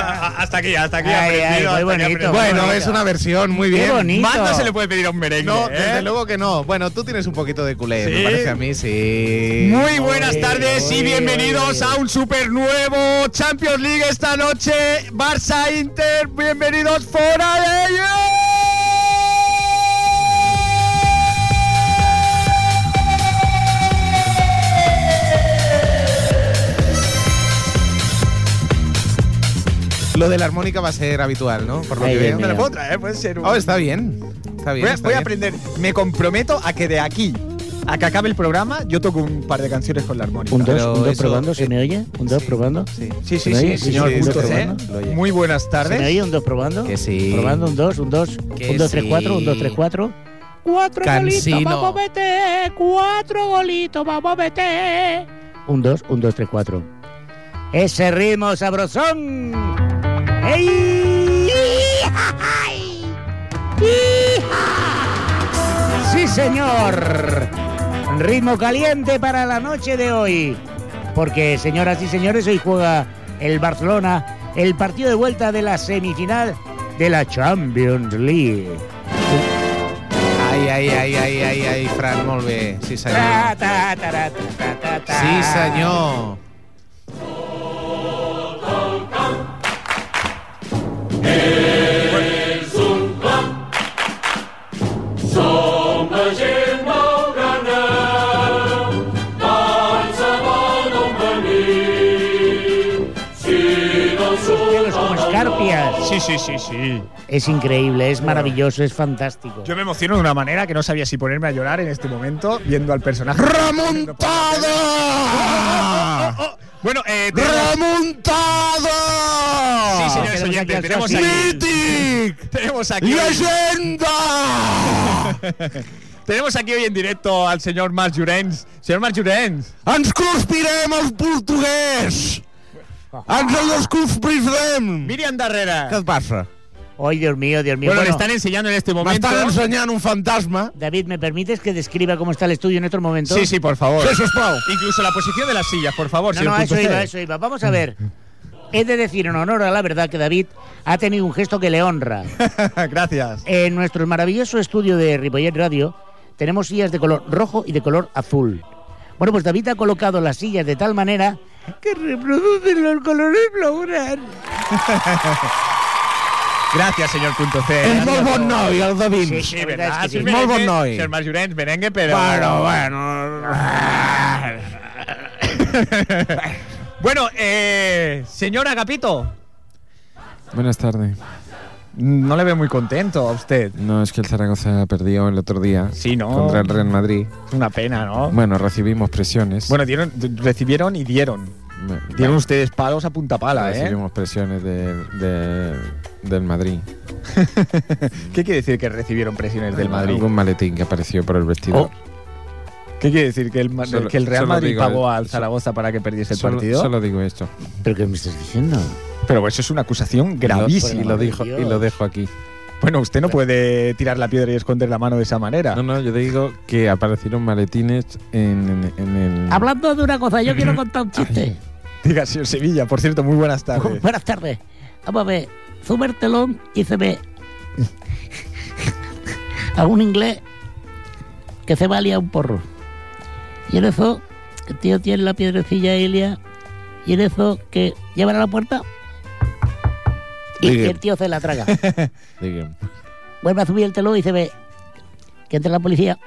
Ah, hasta aquí, hasta aquí. Ay, ay, aprendido, muy hasta aquí bonito. aprendido. Qué Bueno, bonito. es una versión muy Qué bien. bonito. Más no se le puede pedir a un merengue. No, ¿eh? desde luego que no. Bueno, tú tienes un poquito de culé, ¿Sí? me parece a mí, sí. Muy buenas Oye, tardes y oye, bienvenidos oye. a un super nuevo Champions League esta noche. Barça Inter, bienvenidos fuera de ellos. Lo de la armónica va a ser habitual, ¿no? Por lo Ay, que Dios veo. Me mío. la puedo traer, puede ser. un- Oh, está bien. Está bien. voy a, está voy a bien. aprender. Me comprometo a que de aquí a que acabe el programa, yo toco un par de canciones con la armónica. Un dos, Pero un dos eso, probando, ¿se eh, me oye? Un dos sí, probando. Sí. Sí, sí, ¿Lo sí, oyes? señor Sí, sí, Bustos, lo ¿eh? oye, lo oye. Muy buenas ¿Se me tardes. oye un dos probando? Que sí. Probando un dos, un dos. Que Un dos, tres, cuatro, un dos, tres, sí. cuatro. Cuatro Cansino. golitos, vamos a meter. Cuatro golitos, vamos a meter. Un dos, un dos, tres, cuatro. Ese ritmo sabrosón. ¡Ey! ¡Ay! ¡Hija! Sí, señor. Ritmo caliente para la noche de hoy. Porque, señoras y señores, hoy juega el Barcelona el partido de vuelta de la semifinal de la Champions League. Ay, ay, ay, ay, ay, ay, Fran, molt bé. Sí, Ta, senyor. ta, ta, ra, ta, ta, ta, ta. Sí, senyor. Tíos como escarpias. Sí, sí, sí, sí. Es increíble, es maravilloso, es fantástico. Yo me emociono de una manera que no sabía si ponerme a llorar en este momento viendo al personaje. ¡Remontada! Oh, bueno, eh, tenemos- ¡Remontada! Sí, señores Tenemos Ah, aquí oyentes, al tenemos socio. aquí, ¡Mític! tenemos, aquí hoy, ¡Llegenda! tenemos aquí hoy en directo al señor Marc Llorens. Señor Marc Llorens. Ens conspirem els portuguès! Ens els conspirem! Miriam Darrera. Què et passa? Ay, Dios mío, Dios mío. Bueno, le Bueno, están enseñando en este momento. M'estan ensenyant un fantasma. David, ¿me permites que describa cómo está el estudio en otro momento? Sí, sí, por favor. Sí, sisplau. Incluso la posición de las sillas, por favor. No, señor no, a eso Punto C. iba, a eso iba. Vamos a ver. He de decir en honor a la verdad que David ha tenido un gesto que le honra. Gracias. En nuestro maravilloso estudio de Ripollet Radio tenemos sillas de color rojo y de color azul. Bueno, pues David ha colocado las sillas de tal manera que reproducen los colores blaugranas. Gracias, señor Punto C. És Gracias. molt bon noi, el Davins. Sí, sí. Sí, La verdad verdad. es que sí. es merengue, Muy buen noi. Señor Marc Llorens, merengue, pero. Bueno, bueno... Bueno, eh, señor Agapito. Buenas tardes. No le veo muy contento a usted. No, es que el Zaragoza perdió el otro día Sí, ¿no? contra el Real Madrid. Es una pena, ¿no? Bueno, recibimos presiones. Bueno, dieron, recibieron y dieron. Me- Dieron ustedes palos a punta pala, ¿eh? recibimos presiones del- del- del Madrid. ¿eh? ¿Qué quiere decir que recibieron presiones del Madrid? Oh, Algún maletín que apareció por el vestidor. ¿Qué quiere decir que el, Ma- Solo- que el Real solo Madrid digo pagó el- al Zaragoza para que perdiese el solo, partido? solo digo esto. ¿Pero qué me estás diciendo? Pero eso es una acusación gravísima. Y lo, dijo, y lo dejo aquí. Bueno, usted no puede tirar la piedra y esconder la mano de esa manera. No, no, yo digo que aparecieron maletines en, en- en el. Hablando de una cosa, yo quiero contar un chiste. Diga, señor Sevilla, por cierto, muy buenas tardes. Buenas tardes. Vamos a ver. Sube el telón y se ve a un inglés que se va a liar un porro. Y en eso, el tío tiene la piedrecilla y lia. Y en eso, que llevan a la puerta y Diga. el tío se la traga. Digo, Vuelve a subir el telón y se ve que entra la policía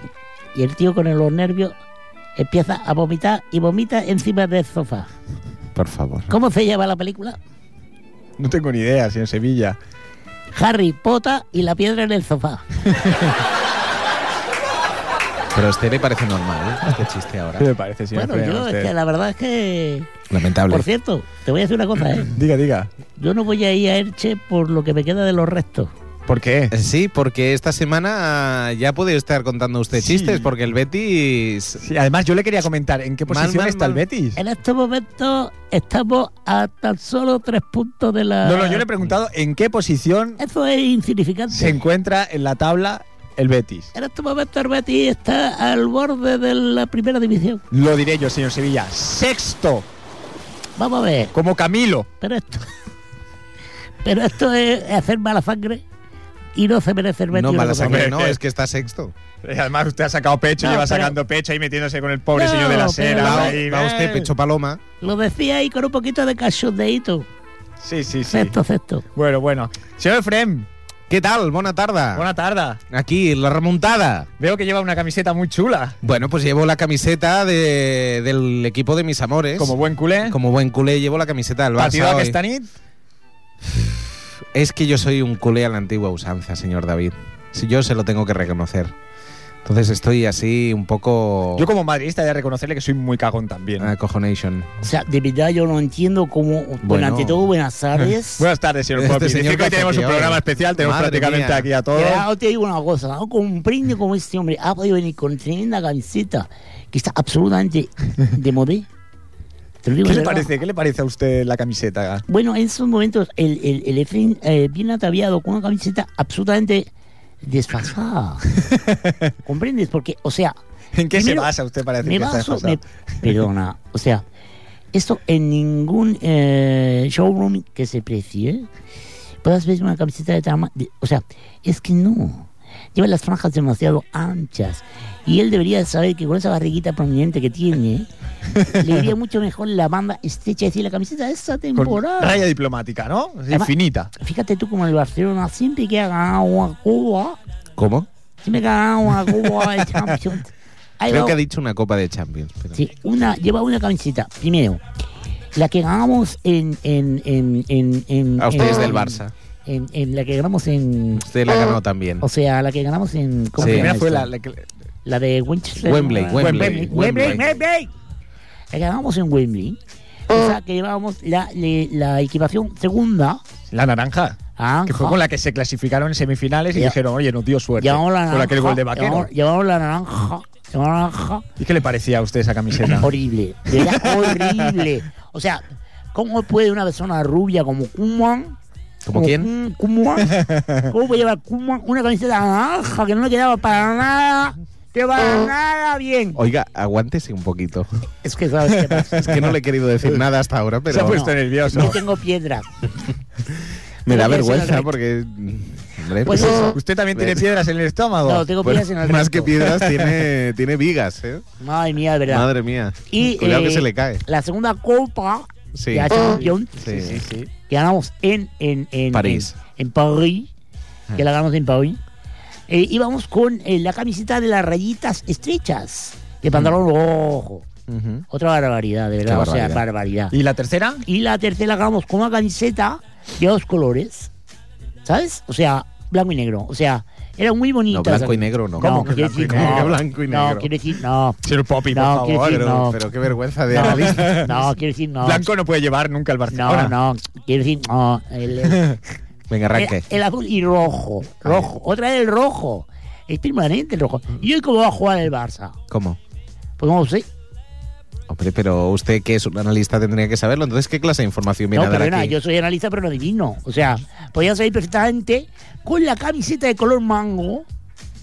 y el tío con los nervios empieza a vomitar y vomita encima del sofá. por favor. ¿Cómo se llama la película? No tengo ni idea, señor Sevilla. Harry Potter y la piedra en el sofá. Però a este le parece normal, este chiste ahora. ¿Qué le parece, señor bueno, Freire, a yo es usted? que la verdad es que... Lamentable. Por cierto, te voy a decir una cosa, ¿eh? Diga, diga. Yo no voy a ir a Elche por lo que me queda de los restos. ¿Por qué? Eh, Sí, porque esta semana ah, ya puede estar contando usted Sí. chistes, porque el Betis... Sí, además, yo le quería comentar en qué Mal, posición mal, está el mal. Betis. En este momento estamos a tan solo tres puntos de la... No, no, yo le he preguntado en qué posición Eso es insignificante. se encuentra en la tabla el Betis. En este momento el Betis está al borde de la primera división. Lo diré yo, señor Sevilla. Sexto, Vamos a ver, como Camilo. pero esto... Pero esto es hacer mala sangre y no se merece el No, metido mala en la sangre, Hombre, no, eh. es que está sexto. Eh, Además, usted ha sacado pecho, No, lleva pero- sacando pecho ahí metiéndose con el pobre No, señor de la acera. pero- Va, ahí, va usted, eh. pecho paloma. Lo decía ahí con un poquito de cachondeíto. Sí, sí, sí. Sexto, sexto. Bueno, bueno. Señor Efrem, ¿Qué tal? Buena tarde. buena tarde. Aquí, la remontada. Veo que lleva una camiseta muy chula. Bueno, pues llevo la camiseta de- del equipo de mis amores. Como ¿eh? buen culé. Como buen culé llevo la camiseta del Barça Partido que hoy. está nit. Es que yo soy un culé a la antigua usanza, señor David. Si yo se lo tengo que reconocer. Entonces estoy así un poco... Yo como madridista he de reconocerle que soy muy cagón también. Ah. Acojonation. O sea, de verdad yo no entiendo cómo. Bueno, Bueno. ante todo, buenas tardes. Buenas tardes, señor Este Popi. señor Decir que hoy tenemos un cafetión. programa especial, tenemos Madre prácticamente mía. aquí a todos. Ya, yo te digo una cosa, no comprendo cómo este hombre ha podido venir con tremenda camiseta que está absolutamente de moda. Te lo digo ¿Qué de le verdad. parece? ¿Qué le parece a usted la camiseta? Bueno, en estos momentos el, el, el Efraín, eh, viene ataviado con una camiseta absolutamente desfasada. ¿Comprendes? Porque, o sea, ¿En qué Primero, se basa usted para decir me que está baso, desfasado? me- perdona, o sea, esto en ningún eh, showroom que se precie puedas ver una camiseta de tamaño, o sea, es que no, lleva las franjas demasiado anchas y él debería saber que con esa barriguita prominente que tiene le iría mucho mejor la banda estrecha, es decir, la camiseta de esta Con temporada. raya diplomática, ¿no? Es Además- Infinita. Fíjate tú como el Barcelona siempre que ha ganado una Copa, ¿Cómo? siempre que ha ganado una Copa de Champions. ha Creo llevado- que ha dicho una copa de Champions. pero- Sí, una, lleva una camiseta. Primero, la que ganamos en. en, en, en, en- A ustedes en- del Barça. En, en la que ganamos en. Usted la ganó también. O sea, la que ganamos en. ¿cómo Sí. se La primera llama fue esto? la, la que- La de Winchester. Wembley, ¿no? Wembley, Wembley, Wembley. Wembley. La que ganamos en Wembley. O sea, que llevábamos la, la, la equipación segunda. la naranja. Ah, Que fue con la que se clasificaron en semifinales y Ya. dijeron, oye, nos dio suerte. Llevamos la naranja. con aquel gol de vaquero. Llevamos, llevamos la naranja. Llevamos la naranja. ¿Y qué le parecía a usted esa camiseta? Horrible. De verdad, horrible. O sea, ¿cómo puede una persona rubia como Kuman? ¿Como quién? Kuman. ¿Cómo puede llevar Kuman una camiseta naranja que no le quedaba para nada? Que para nada bien. Oiga, aguántese un poquito. Es que sabes qué pasa. Es que no le he querido decir nada hasta ahora, Se ha pero puesto no. nervioso. Yo tengo piedras. me da Tengo que decir vergüenza al porque... hombre, Pues pues- eso. ¿Usted también tiene ¿Ves? piedras en el estómago? No, tengo Bueno, piedras en el más recto. que piedras tiene, tiene vigas, ¿eh? Madre mía, de verdad. Madre mía. Y, Cuidado eh, que se le cae. La segunda copa Sí. Oh. de la Champions Sí. Sí, sí. que ganamos en, en, en París. Ah. En, en París, que la ganamos en París. Eh, íbamos con eh, la camiseta de las rayitas estrechas y el pantalón rojo. Mm. Ujú. Otra barbaridad, de verdad. Qué O sea, barbaridad. ¿Y la tercera? Y la tercera ganamos con una camiseta de dos colores. ¿Sabes? O sea, blanco y negro. O sea, era muy bonita. No, esa blanco y camiseta. negro no. No, que quiero blanco y decir, negro? no, ¿Cómo que blanco y negro? No, quiero decir, no. Sir Poppy, por No, favor. quiero decir, Pero, no. pero qué vergüenza de No, análisis. no, quiero decir, no. Blanco no puede llevar nunca el Barcelona. No, no, quiero decir, no. el- el- Venga, arranque. El, el azul y rojo. Rojo. Otra vez el rojo. Es permanente el rojo. ¿Y hoy cómo va a jugar el Barça? ¿Cómo? Pues no sé. Hombre, pero usted que es un analista tendría que saberlo. Entonces, ¿qué clase de información viene no, a dar perdona, aquí? yo soy analista, pero no adivino. O sea, podía salir perfectamente con la camiseta de color mango,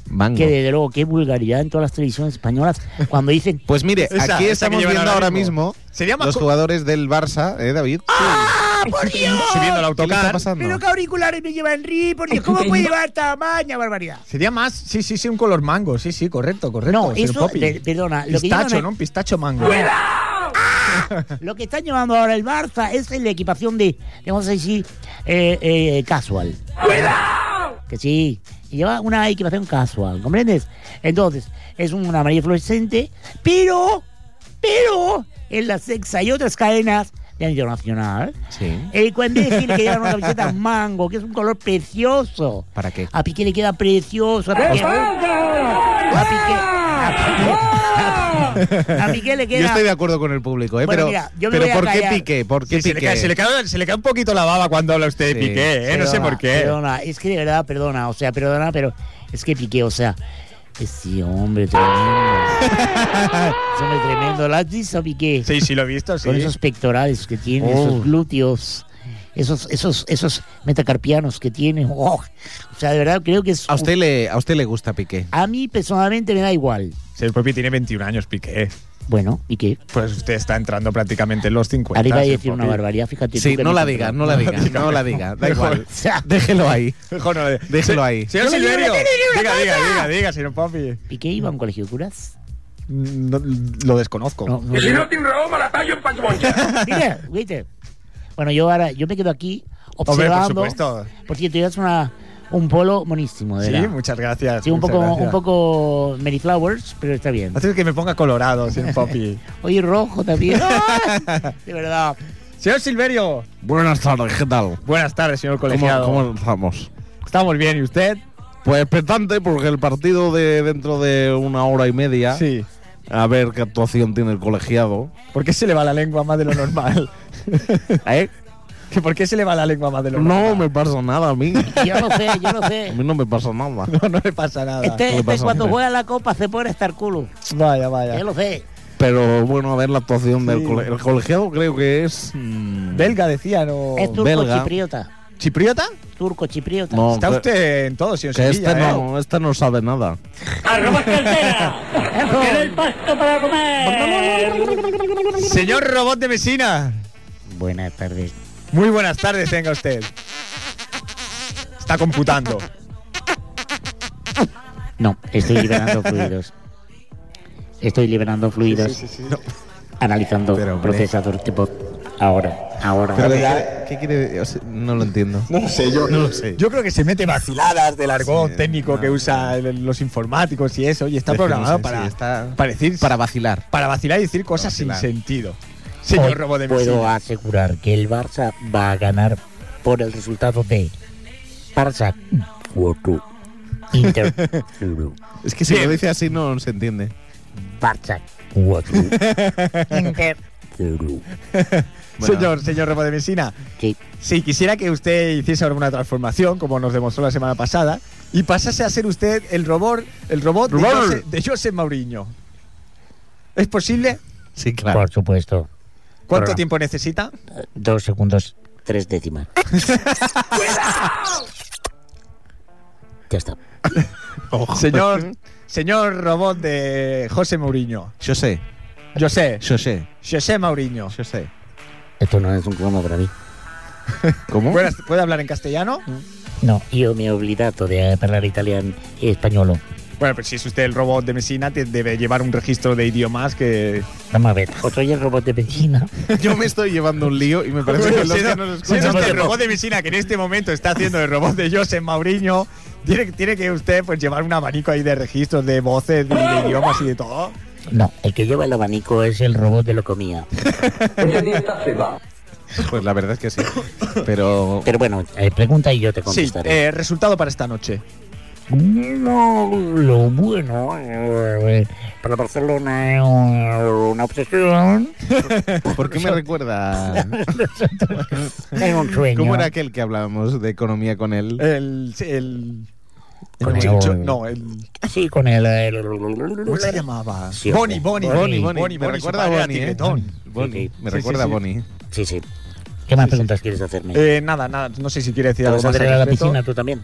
Mango. que desde luego, qué vulgaridad en todas las televisiones españolas, cuando dicen, Pues mire, Esa, esa aquí que estamos llevan viendo ahora ahora mismo. mismo, Sería más los co- jugadores del Barça, ¿eh, David? ¡Ah, por Dios! Subiendo al ¿Qué le está autocar. pasando? Pero qué auriculares me lleva Henry, por Dios, ¿cómo puede llevar tamaña barbaridad? Sería más, sí, sí, sí, un color mango. Sí, sí, correcto, correcto. No, Sir eso, Poppy. pe- perdona, lo que, Pistacho, llevan- ¿no? Un pistacho mango. lo que están llevando ahora el Barça es la equipación de, de, vamos a decir, eh, eh, casual. Que sí, y lleva una equipación casual, ¿comprendes? Entonces, es un amarillo fluorescente, pero, pero, en la Sexa y otras cadenas de internacional, Eh, Sí. el Cuendécil que lleva una camiseta mango, que es un color precioso. ¿Para qué? A Piqué le queda precioso. A Piqué, a Piqué, a Piqué- a Piqué le Yo queda... estoy de acuerdo con el público, ¿eh? Bueno, pero mira, yo me pero voy a ¿por qué callar. piqué? ¿Por qué Sí, se, le piqué? cae, se le cae- se le cae un poquito la baba cuando habla usted de Sí. Piqué, ¿eh? No sé Perdona, por qué. Perdona, es que de verdad, perdona, o sea, perdona, pero es que piqué, o sea, ese hombre tremendo. ese hombre tremendo, ¿lo has visto, piqué? Sí, sí, lo he visto, sí. Con esos pectorales que tiene, esos Oh. glúteos, esos, esos, esos metacarpianos que tiene. oh, o sea, de verdad creo que es. ¿A usted le a usted le gusta piqué? A mí personalmente me da igual. Sí, el Poppy tiene 21 años, Piqué. Bueno, ¿y qué? Pues usted está entrando prácticamente en los 50. Ahora iba a sí, decir una porque- barbaridad, fíjate. Sí, tú que no me la he diga, enterado. no la diga, no la diga. Da igual. Déjelo ahí. Mejor no le- Déjelo ahí. Señor Yo le digo, Silverio, no tiene ni una diga, diga, cosa. diga, diga, señor Papi. ¿Y qué iba a un colegio de curas? No, lo desconozco. No, no, Que si no. no tiene raó, me la tallo en panzoncha. Mira, viste. Bueno, yo ahora, yo me quedo aquí Hombre, por observando. supuesto. Por cierto, llevas una, un polo monísimo, Sí, ¿verdad? muchas gracias. Sí, un muchas poco, gracias. un poco Mary Flowers, pero está bien. Haces que me ponga colorado, señor Papi. Oye, rojo también. ¡Ah! De verdad. señor Silverio. Buenas tardes, ¿qué tal? Buenas tardes, señor ¿Cómo, colegiado. cómo estamos? Estamos bien, ¿y usted? Pues expectante porque el partido de dentro de una hora y media, Sí. a ver qué actuación tiene el colegiado. ¿Por qué se le va la lengua más de lo normal? ¿Eh? ¿Que ¿Por qué se le va la lengua más de lo No normal? me pasa nada a mí. Yo no sé, yo no A sé. mí no me pasa nada. No, no le pasa nada. Este, ¿Qué este pasa? cuando juega la copa se pone hasta el culo. Vaya, vaya. Yo lo sé. Pero bueno, a ver la actuación del Sí. cole- el colegiado, creo que es. mm, Belga, decía, ¿no? Es belga. turco-chipriota. ¿Chipriota? Turco-chipriota. No, Está que- usted en todo, señor Que Sevilla, este ¿eh? no, este no sabe nada. Arroba cartera. Eso. Tiene el pasto para comer. Señor Robot de Mesina. Buenas tardes. Muy buenas tardes, tenga usted. Está computando. No, estoy liberando fluidos. Estoy liberando fluidos. Analizando Pero, hombre. procesador tipo. Ahora, ahora. ¿Qué quiere? no lo entiendo. No lo sé, yo. No lo sé. Yo creo que se mete vaciladas del argot Sí, técnico no, que usa el- los informáticos y eso. Y está Es que no programado sé, para, sí, está- para decir- Para vacilar. para vacilar y decir cosas sin vacilar. Pues sentido. Hoy Señor Robot de puedo Mesina. asegurar que el Barça va a ganar por el resultado de Barça 4 Inter 0. Es que si lo dice así no se entiende. Barça 4 Inter 0. Bueno. Señor, señor Robot de Mesina. Sí. Si quisiera que usted hiciese alguna transformación, como nos demostró la semana pasada, y pasase a ser usted el robot, el robot de, Robot. Jose- de Josep Mourinho. ¿Es posible? Sí, claro. Por supuesto. ¿Cuánto Programa. tiempo necesita? Dos segundos, tres décimas. ya está. Señor, señor robot de José Mourinho. Yo sé, José, yo sé, José Mourinho. yo sé. Esto no es un programa para mí. ¿Cómo? ¿Puedes- ¿Puede hablar en castellano? No, yo me he olvidado de hablar italiano y español. Bueno, pues si es usted el robot de Mesina, te debe llevar un registro de idiomas que... Vamos a ver. O soy el robot de Medina. Yo me estoy llevando un lío y me parece que Siendo- los que siendo no lo siendo escuchan. usted el robot de Mesina, que en este momento está haciendo el robot de José Mourinho, tiene, que- tiene que usted pues llevar un abanico ahí de registros, de voces, de, de idiomas y de todo. No, el que lleva el abanico es el robot de Locomía. Este dieta se va. Pues la verdad es que sí. Pero. Pero bueno, eh, pregunta y yo te Sí, contestaré. eh, resultado para esta noche. No, lo bueno eh, para Barcelona es un- una obsesión, ¿Por qué me recuerda? es un sueño. ¿Cómo era aquel que hablábamos de economía con él? El... el el Con el- chicho- no, el... Sí, con el... el- ¿Cómo se llamaba? Sí, Bonnie, hombre. Bonnie, Bonnie, Bonnie, Bonnie, me Bonnie, recuerda su a padre era Bonnie, ¿eh? tibetón. Bonnie, Sí, me sí, recuerda sí, a sí. Bonnie. Sí, sí. ¿Qué más preguntas quieres hacerme? Eh, nada, nada, no sé si quiere decir ¿Te algo vas a más. al tirar a la respecto. piscina tú también?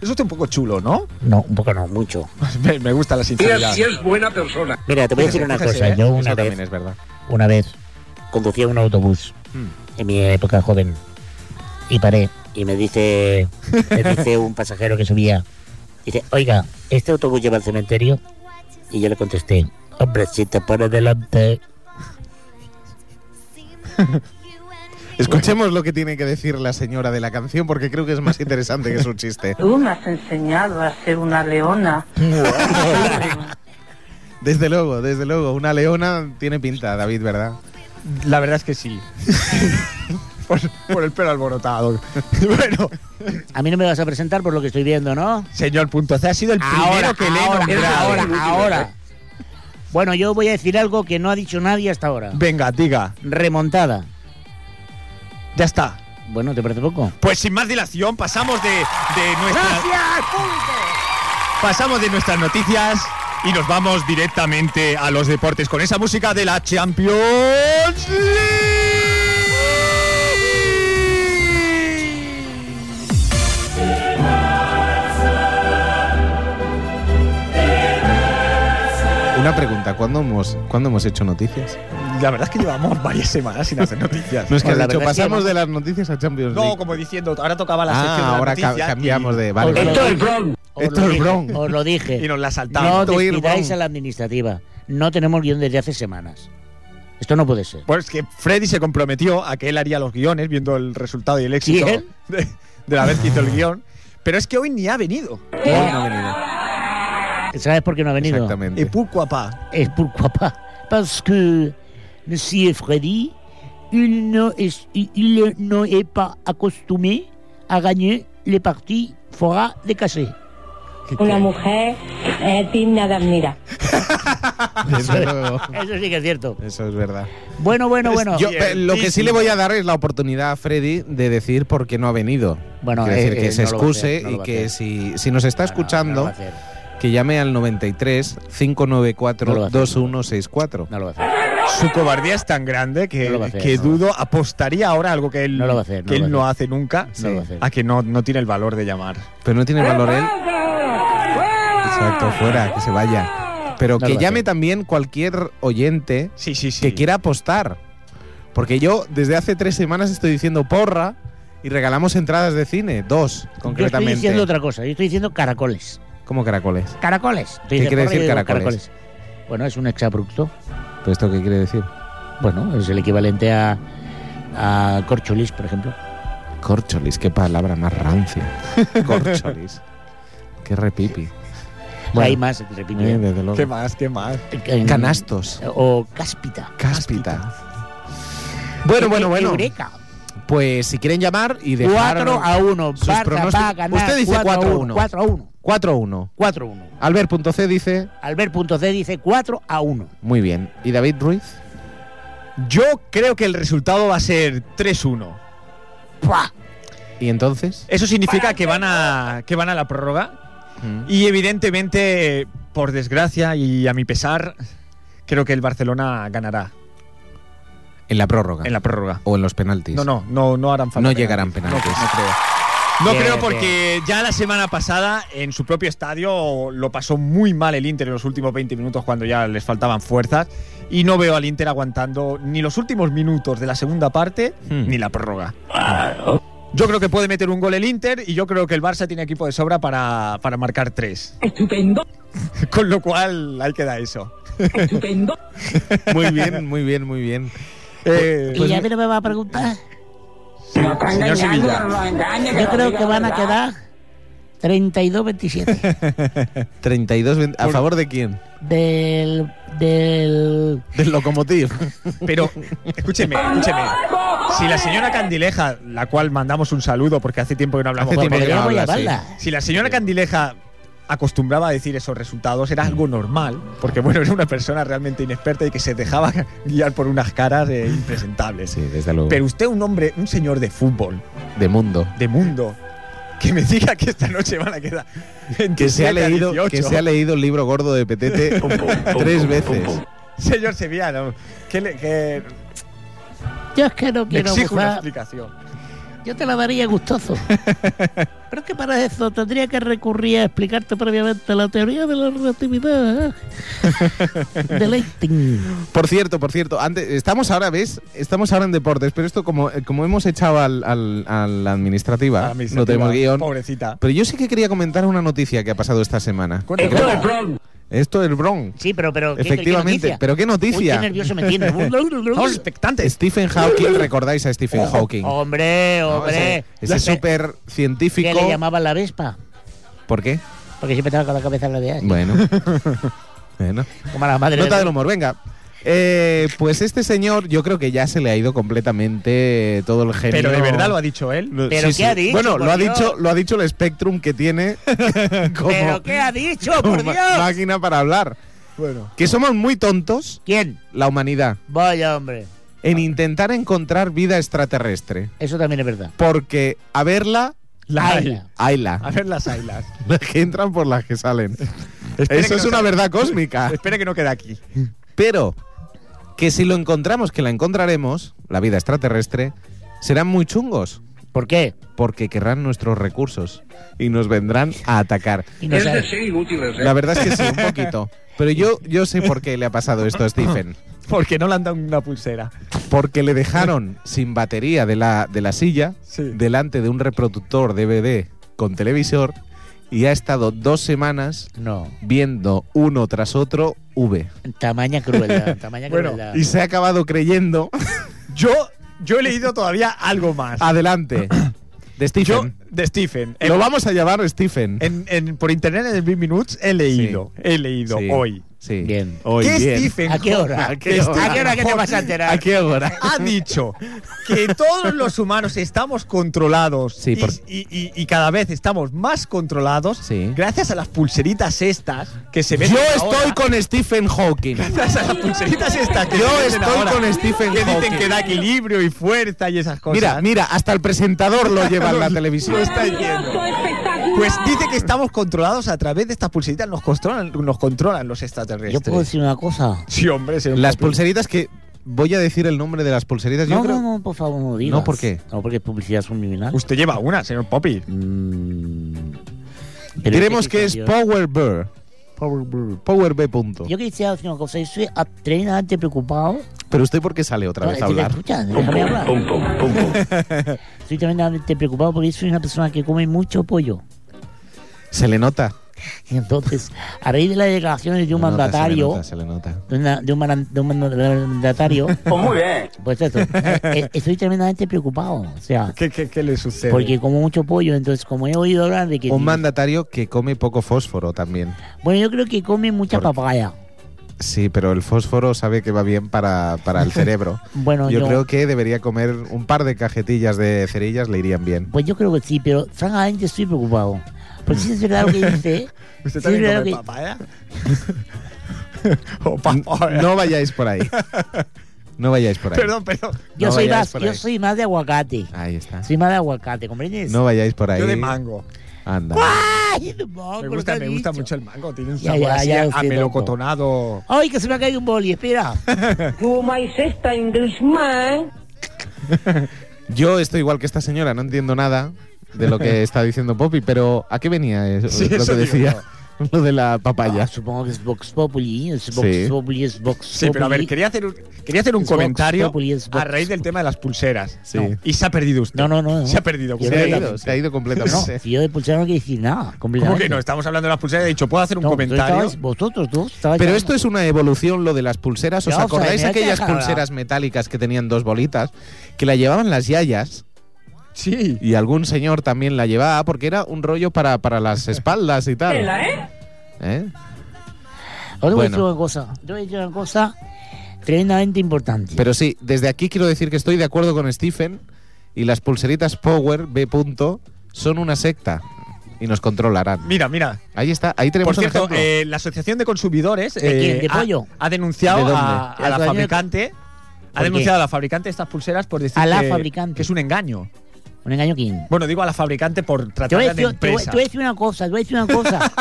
Eso está un poco chulo, ¿no? No, un poco no, mucho. Me, me gusta la sinceridad. Y es buena persona. Mira, te voy a decir una Fíjese, cosa. ¿eh? Pues Yo Eso una también vez, es verdad. una vez conducía un autobús en mi época joven y paré Hmm. y me dice, me dice un pasajero que subía, dice, oiga, ¿este autobús lleva al cementerio? Y yo le contesté, hombre, si te pones delante... Escuchemos lo que tiene que decir la señora de la canción porque creo que es más interesante que su chiste. Tú me has enseñado a ser una leona. Desde luego, desde luego. Una leona tiene pinta, David, ¿verdad? La verdad es que sí. por, por el pelo alborotado. bueno, A mí no me vas a presentar por lo que estoy viendo, ¿no? señor Punto C ha sido el primero que le he nombrado. eh. Bueno, yo voy a decir algo que no ha dicho nadie hasta ahora. Venga, diga. Remontada. Ya está. Bueno, ¿te parece poco? Pues sin más dilación, pasamos de, de nuestra- Pasamos de nuestras noticias y nos vamos directamente a los deportes con esa música de la Champions League. Una Una pregunta, ¿cuándo hemos, ¿cuándo hemos hecho noticias? La verdad es que llevamos varias semanas sin hacer noticias. No es que Pues has la dicho, verdad es que pasamos no. de las noticias a Champions League. No, como diciendo, ahora tocaba la sección ah, de ahora las ca- noticias y- cambiamos de... Vale, Os lo Esto es dije, Bron. os Esto lo es dije, Bron. Os lo dije. y nos la saltamos. No Tanto ir, despidáis Bron. a la administrativa. No tenemos guión desde hace semanas. Esto no puede ser. Pues que Freddy se comprometió a que él haría los guiones, viendo el resultado y el éxito ¿Quién? de, de la vez que hizo el guión. Pero es que hoy ni ha venido. Hoy no ha venido. ¿Sabes por qué no ha venido? Y Exactamente. Pucuapá. Et pourquoi pas Parce que Monsieur Freddy, il ne est, il ne est pas accoutumé à gagner les parties fora de casser. Una mujer es digna de admirar. Desde luego. Eso sí que es cierto. Eso es verdad. Bueno, bueno, bueno. Yo, eh, lo que sí le voy a dar es la oportunidad a Freddy de decir por qué no ha venido. Bueno, Quiero eh, decir, que eh, se no lo va a excuse hacer, no lo va y a que hacer. si, si nos está No, no, No, escuchando, lo va a hacer. que llame al 93 594 No lo va a hacer. 2164. No lo va a hacer. Su cobardía es tan grande que, No lo va a hacer, que no. dudo, apostaría ahora algo que él No lo va a hacer, no que lo él va a no hace nunca, No lo va a hacer. a que no, no tiene el valor de llamar. Pero no tiene valor él. Exacto, fuera, que se vaya. Pero No que lo va a llame hacer. también cualquier oyente Sí, sí, sí. que quiera apostar. Porque yo desde hace tres semanas estoy diciendo porra y regalamos entradas de cine. Dos, Yo estoy concretamente. diciendo otra cosa. Yo estoy diciendo caracoles. ¿Cómo caracoles? ¿Caracoles? Tú quiere dices, "Corre", decir yo digo, caracoles? caracoles. Bueno, es un exabrupto. ¿Pero esto qué quiere decir? Bueno, es el equivalente a, a corcholis, por ejemplo. Corcholis, qué palabra más rancia. Corcholis. qué repipi. Bueno, Hay más, repito. eh, desde luego. ¿Qué más? ¿Qué más? En- Canastos. O cáspita. Cáspita. Bueno, bueno, bueno. Eureka. Pues si quieren llamar y dejar 4 a 1. sus Barça pronósticos. va a ganar. Usted dice 4 4 a 1. 1. 4 a 1. 4-1. 4 a 1. Albert.c dice, Albert.c dice 4 a 1. muy bien. ¿Y David Ruiz? Yo creo que el resultado va a ser 3-1. ¡Pua! ¿Y entonces? Eso significa que van a, que van a la prórroga. Mm. Y evidentemente, por desgracia y a mi pesar, creo que el Barcelona ganará En la Ah. prórroga. en la prórroga. O en los penaltis. No, no, no, no harán falta. No llegarán penaltis. No, no creo. No Bien, creo porque ya la semana pasada en su propio estadio lo pasó muy mal el Inter en los últimos 20 minutos cuando ya les faltaban fuerzas y no veo al Inter aguantando ni los últimos minutos de la segunda parte Hmm. ni la prórroga. Yo creo que puede meter un gol el Inter y yo creo que el Barça tiene equipo de sobra para, para marcar tres. Estupendo, Con lo cual ahí queda eso. estupendo. Muy bien, muy bien, muy bien. Eh, Pues y a mí no me va a preguntar. señor Sevilla. Yo creo que van a quedar 32-27. 32 ven- ¿A favor de quién? del. Del. Del Locomotiv. Pero, escúcheme, escúcheme. Si la señora Candileja, la cual mandamos un saludo porque hace tiempo que no hablamos Hace con tiempo que ella, no Podríamos habla, llamarla. si la señora Candileja acostumbraba a decir esos resultados, era algo normal, porque bueno, era una persona realmente inexperta y que se dejaba guiar por unas caras eh, impresentables. Sí, desde luego. Pero usted, un hombre, un señor de fútbol, de mundo. de mundo, que me diga que esta noche van a quedar Que se, ha 27 a leído, 18. que se ha leído el libro gordo de Petete tres veces. Señor Sevillano, que le, que Yo es que no le quiero exijo una buscar. explicación. Yo te la daría gustoso. Pero es que para eso tendría que recurrir a explicarte previamente la teoría de la relatividad ¿eh? de Leighton. Por cierto, por cierto, antes, estamos ahora, ¿ves? Estamos ahora en deportes, pero esto como, eh, como hemos echado al, al- a la administrativa, A mi Ah, no tenemos iniciativa, guión. Pobrecita. Pero yo sí que quería comentar una noticia que ha pasado esta semana. Cuéntame. Esto es Bron. Esto es Bron. Sí, pero, pero ¿qué- qué Efectivamente, noticia? pero qué Uy, qué noticia. nervioso me tiene. Estamos expectantes. Stephen Hawking, recordáis a Stephen Hawking. hombre, ¿no? hombre. Ese súper ¿Qué científico. le llamaban la Vespa? ¿Por qué? Porque siempre estaba con la cabeza en la de Bueno. bueno. Como a la madre. Nota de- del humor, venga. Eh, pues este señor, yo creo que ya se le ha ido completamente todo el genio. Pero de verdad lo ha dicho él. ¿Pero qué ha dicho, Bueno, por lo ha Dios? dicho, lo ha dicho el Spectrum que tiene como, ¿Pero qué ha dicho, como por ma- Dios? máquina para hablar. Bueno. Que somos muy tontos, ¿Quién? la humanidad, Vaya, hombre. en intentar encontrar vida extraterrestre. Eso también es verdad. Porque a verla, La Ay, hay. A hayla. ver las ailas. Las que entran por las que salen. Espere Eso que es no una se- verdad cósmica. Espere que no quede aquí. Pero que si lo encontramos, que la encontraremos, la vida extraterrestre, serán muy chungos. ¿Por qué? porque querrán nuestros recursos y nos vendrán a atacar. Y no Es sabe- de ser inútiles, ¿eh? La verdad es que sí, un poquito. Pero yo, yo sé por qué le ha pasado esto a Stephen. Porque no le han dado una pulsera. Porque le dejaron sin batería de la, de la silla, Sí. delante de un reproductor DVD con televisor, y ha estado dos semanas No, viendo uno tras otro V. tamaña crueldad, tamaña Bueno, crueldad. Y se ha acabado creyendo, Yo, yo he leído todavía algo más. adelante, de yo, Ah, Stephen. de Stephen. En- Lo vamos a llamar Stephen. en- en- por internet en el Big Minutes he leído. He leído Sí, hoy. Sí. Bien. Hoy, ¿Qué bien. Stephen ¿A qué hora? Hawking- ¿A qué hora? Stephen ¿A qué hora que te Hawking vas a enterar? ¿A qué hora? Ha dicho que todos los humanos estamos controlados Sí, y, por- y- y- y cada vez estamos más controlados Sí. gracias a las pulseritas estas que se meten Yo ahora. estoy con Stephen Hawking. Gracias a las pulseritas estas que Yo se meten estoy ahora, con Stephen que dicen Hawking. que da equilibrio y fuerza y esas cosas. Mira, mira, hasta el presentador lo lleva en la televisión. Maravilloso, espectacular. Pues dice que estamos controlados a través de estas pulseritas, nos controlan, nos controlan los extraterrestres. este. Yo puedo decir una cosa. Sí, hombre, sí, Las hombre. pulseritas que. Voy a decir el nombre de las pulseritas. Yo No, creo. no, no, por favor, no digas. No, ¿por qué? No, porque es publicidad subliminal. Usted lleva una, señor Poppy. Mm. Pero Diremos este que es episodio- Power Bear. Power Bear. Power Bear, punto. Yo quisiera decir una cosa, yo estoy tremendamente preocupado. Pero usted, ¿por qué sale otra No, vez te- a hablar? escucha, Pum, déjame pum, hablar. pum, pum, pum, pum. Estoy tremendamente preocupado porque soy una persona que come mucho pollo. Se le nota. Y entonces, a raíz de las declaraciones de un Se le nota, mandatario, Se le nota, se le nota. de, una- de un manan- de un mandatario, Pues muy bien. pues eso, eh, estoy tremendamente preocupado. O sea, ¿Qué, qué, qué le sucede? porque como mucho pollo, entonces como he oído hablar de que... Un mandatario que come poco fósforo también. Bueno, yo creo que come mucha Por- papaya. Sí, pero el fósforo sabe que va bien para, para el cerebro. Bueno, Yo yo, creo que debería comer un par de cajetillas de cerillas, le irían bien. Pues yo creo que sí, pero francamente estoy preocupado. Porque si es verdad lo que Mm. dice... ¿Usted sí, también claro come ¿eh? Oh, que- papaya? o papaya. No vayáis por ahí. No vayáis por ahí. eh. Perdón, perdón. Yo, No soy, vayáis más, por yo ahí. soy más de aguacate. Ah. Ahí está. Soy más de aguacate, ¿comprendes? No vayáis por ahí. Yo de mango. Anda. Ay, de moco, Me lo gusta, que me has gusta dicho. mucho el mango. Tiene un Ya, sabor ya, así ya, a- a usted, melocotonado. Ay, que se me ha caído un boli, espera. ¿Cómo más esta, Englishman? Yo estoy igual que esta señora, no entiendo nada de lo que está diciendo Poppy, pero ¿a qué venía eso, Sí, lo eso que digo decía? Lo de la papaya. Ah, supongo que es Vox Populi, es Vox Sí. Populi, es Vox Sí, pero a ver, Populi. quería hacer un, quería hacer un Xbox, comentario Populi, Xbox. a raíz del tema de las pulseras. Sí. No. Y se ha perdido usted. No, no, no, no. Se ha perdido. Se ha se, ha completamente. ido, se ha ido No, completamente. si yo de pulsera no quiero decir nada, ¿Cómo completamente. que no? Estamos hablando de las pulseras. He dicho, ¿puedo hacer un No, vosotros comentario? estabais- Vosotros dos estabais Pero hablando. esto es una evolución, lo de las pulseras. ¿Os Ya, o sea, acordáis me has aquellas dejado. pulseras metálicas que tenían dos bolitas? Que la llevaban las yayas Sí. y algún señor también la llevaba porque era un rollo para, para las espaldas y tal. ¿eh? ¿Eh? Os voy a decir bueno. una cosa, os voy a decir una cosa tremendamente importante. Pero sí, desde aquí quiero decir que estoy de acuerdo con Stephen y las pulseritas Power B. punto, son una secta y nos controlarán. Mira, mira. Ahí está, ahí tenemos Por cierto, un ejemplo. eh, la Asociación de Consumidores ¿De eh, quién? ¿De ha- pollo? Ha, denunciado ¿De dónde? a, a ¿La la Asociación de- fabricante. Ha qué? denunciado a la fabricante de estas pulseras por decir A la que, fabricante. que es un engaño. Un engaño quién. Bueno, digo a la fabricante por Te voy, a tratarla de decir, te voy- empresa. te voy a decir una cosa, te voy a decir una cosa.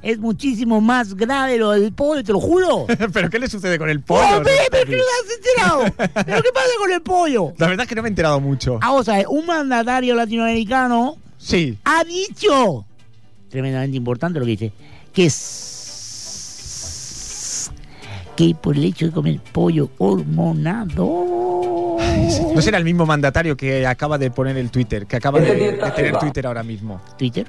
es muchísimo más grave lo del pollo, te lo juro. ¿Pero qué le sucede con el pollo? ¡Oh, pero, pero que no te has enterado! ¿Pero qué pasa con el pollo? La verdad es que no me he enterado mucho. Ah, o sea, un mandatario latinoamericano Sí. ha dicho, tremendamente importante lo que dice, que s- que por el hecho de comer pollo hormonado. No será el mismo mandatario que acaba de poner el Twitter, que acaba de, de tener Twitter ahora mismo. ¿Twitter?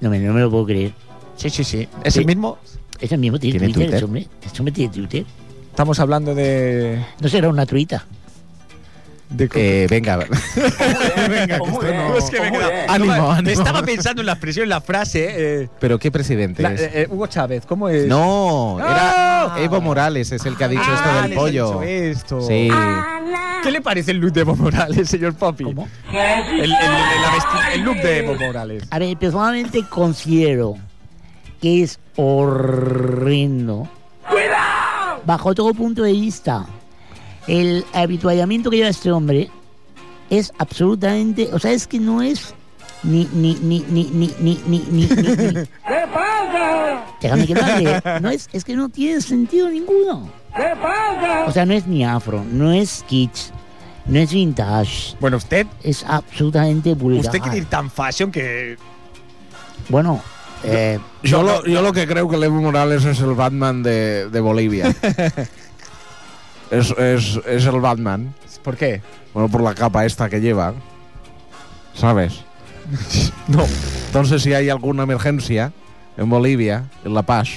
No me, no me lo puedo creer. Sí, sí, sí. ¿Es el Sí. mismo? ¿Es el mismo tiene ¿Tiene Twitter, Twitter? ese hombre? ¿Ese hombre tiene Twitter? Estamos hablando de. ¿No será una truita? de Eh, venga, Venga, Es que Pues me he quedado- Ánimo, No, ánimo. Estaba pensando en la expresión, en la frase. eh, pero ¿qué presidente la- es? eh, eh, Hugo Chávez, ¿cómo es? no, era Evo Morales es el que ha dicho Ah, esto del les ha pollo. dicho esto. Sí. Ah. ¿Qué le parece el look de Evo Morales, señor Papi? ¿Cómo? El, el- la vesti- el look de Evo Morales. A ver, personalmente considero que es horrendo. Bajo todo punto de vista, el habituallamiento que lleva este hombre es absolutamente. O sea, es que no es. Ni, ni, ni, ni, ni, ni, ni, ni, ni- ni- ¿Qué pasa? Déjame que lo hable. No es, es que no tiene sentido ninguno. ¿Qué pasa? O sea, no es ni afro, no es kitsch, No es vintage. Bueno, usted, Es absolutamente vulgar. usted quiere ir tan fashion que Bueno, eh, Yo, lo, yo lo que creo que Levo Morales es el Batman de, de Bolivia. es, es- es el Batman. ¿Por qué? Bueno, por la capa esta que lleva. ¿Sabes? No. Entonces, si hay alguna emergencia en Bolivia, en La Paz.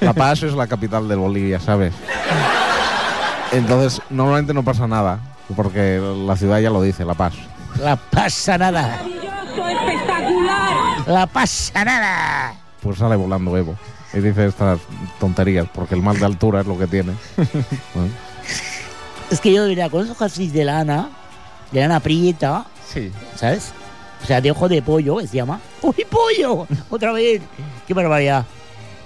La Paz es la capital de Bolivia, ¿sabes? Entonces, normalmente no pasa nada, porque la ciudad ya lo dice, La Paz. la pasa nada. espectacular. La pasa nada. Pues sale volando Evo. Y dice estas tonterías, porque el mal de altura es lo que tiene. ¿Eh? Bueno. Es que yo diría, con esos jacis de lana, de lana prieta, Sí. ¿sabes? O sea, de ojo de pollo, que se llama. ¡Uy, pollo! Otra vez. ¡Qué barbaridad!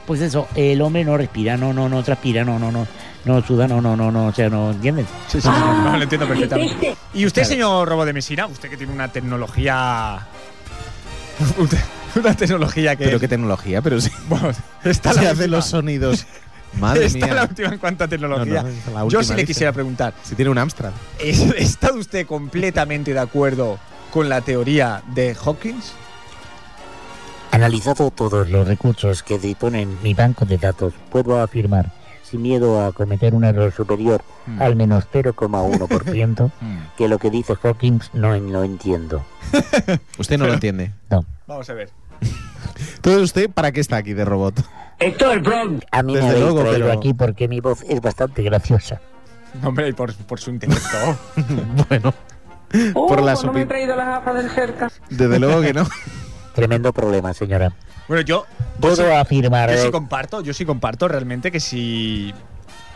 Pues eso, el hombre no respira, no, no, no transpira, no, no, no, no suda, no, no, no, no, o sea, no, ¿entiendes? Sí, sí, sí, no, lo entiendo perfectamente. Y usted, Claro. señor Robo de Mesina, usted que tiene una tecnología. Una- Una tecnología que. Pero qué tecnología, pero sí. Bueno, está se la hace última. los sonidos. Madre está mía. la última en cuanto a tecnología. No, no, está la Yo última, sí le dice. quisiera preguntar: Si tiene un Amstrad. ¿es- ¿está usted completamente de acuerdo con la teoría de Hawkins? Analizado todos los recursos que dispone mi banco de datos, puedo afirmar, sin miedo a cometer un error superior al menos 0,1%, Hmm. que lo que dice Hawkins no lo entiendo. Usted no lo entiende. Vamos a ver. Entonces, ¿usted para qué está aquí de robot? Esto es Bronx. A mí Desde me luego, habéis traído pero- aquí porque mi voz es bastante graciosa. Hombre, y por, por su intelecto. bueno, Por la no Uh, me he sopi- traído las gafas del cerca. desde luego que no. Tremendo problema, señora. bueno, yo. yo Puedo sí- afirmar... Yo sí eh, comparto, yo sí comparto realmente que si,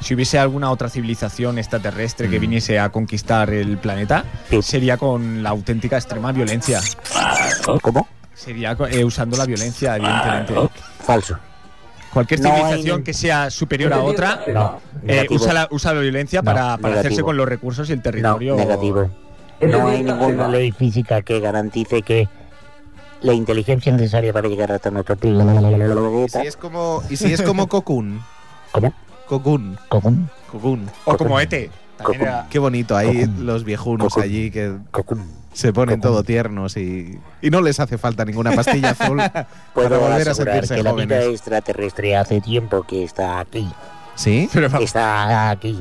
si hubiese alguna otra civilización extraterrestre que viniese a conquistar el planeta, Mm. Sí. sería con la auténtica extrema violencia. ¿Cómo? Sería co- eh, usando la violencia, evidentemente. Falso. Cualquier No hay civilización nin- que sea superior a otra eh, No. Negativo. usa, la, usa la violencia No, para, para hacerse negativo. con los recursos y el No, territorio. negativo. No hay ninguna ley física que garantice que la inteligencia necesaria para llegar hasta nuestro planeta... Si es como, y si es como Cocoon. ¿Cómo? Cocoon. Cocum, Cocoon. O como E ETE. También Cocum. era- Qué bonito, ahí Cocoon. los viejunos Cocoon. allí que cocum. se ponen Cocoon. todo tiernos y, y no les hace falta ninguna pastilla azul. Puedo Para volver a asegurar sentirse que la jóvenes. vida extraterrestre hace tiempo que está aquí. ¿Sí? Pero, vamos, Está aquí.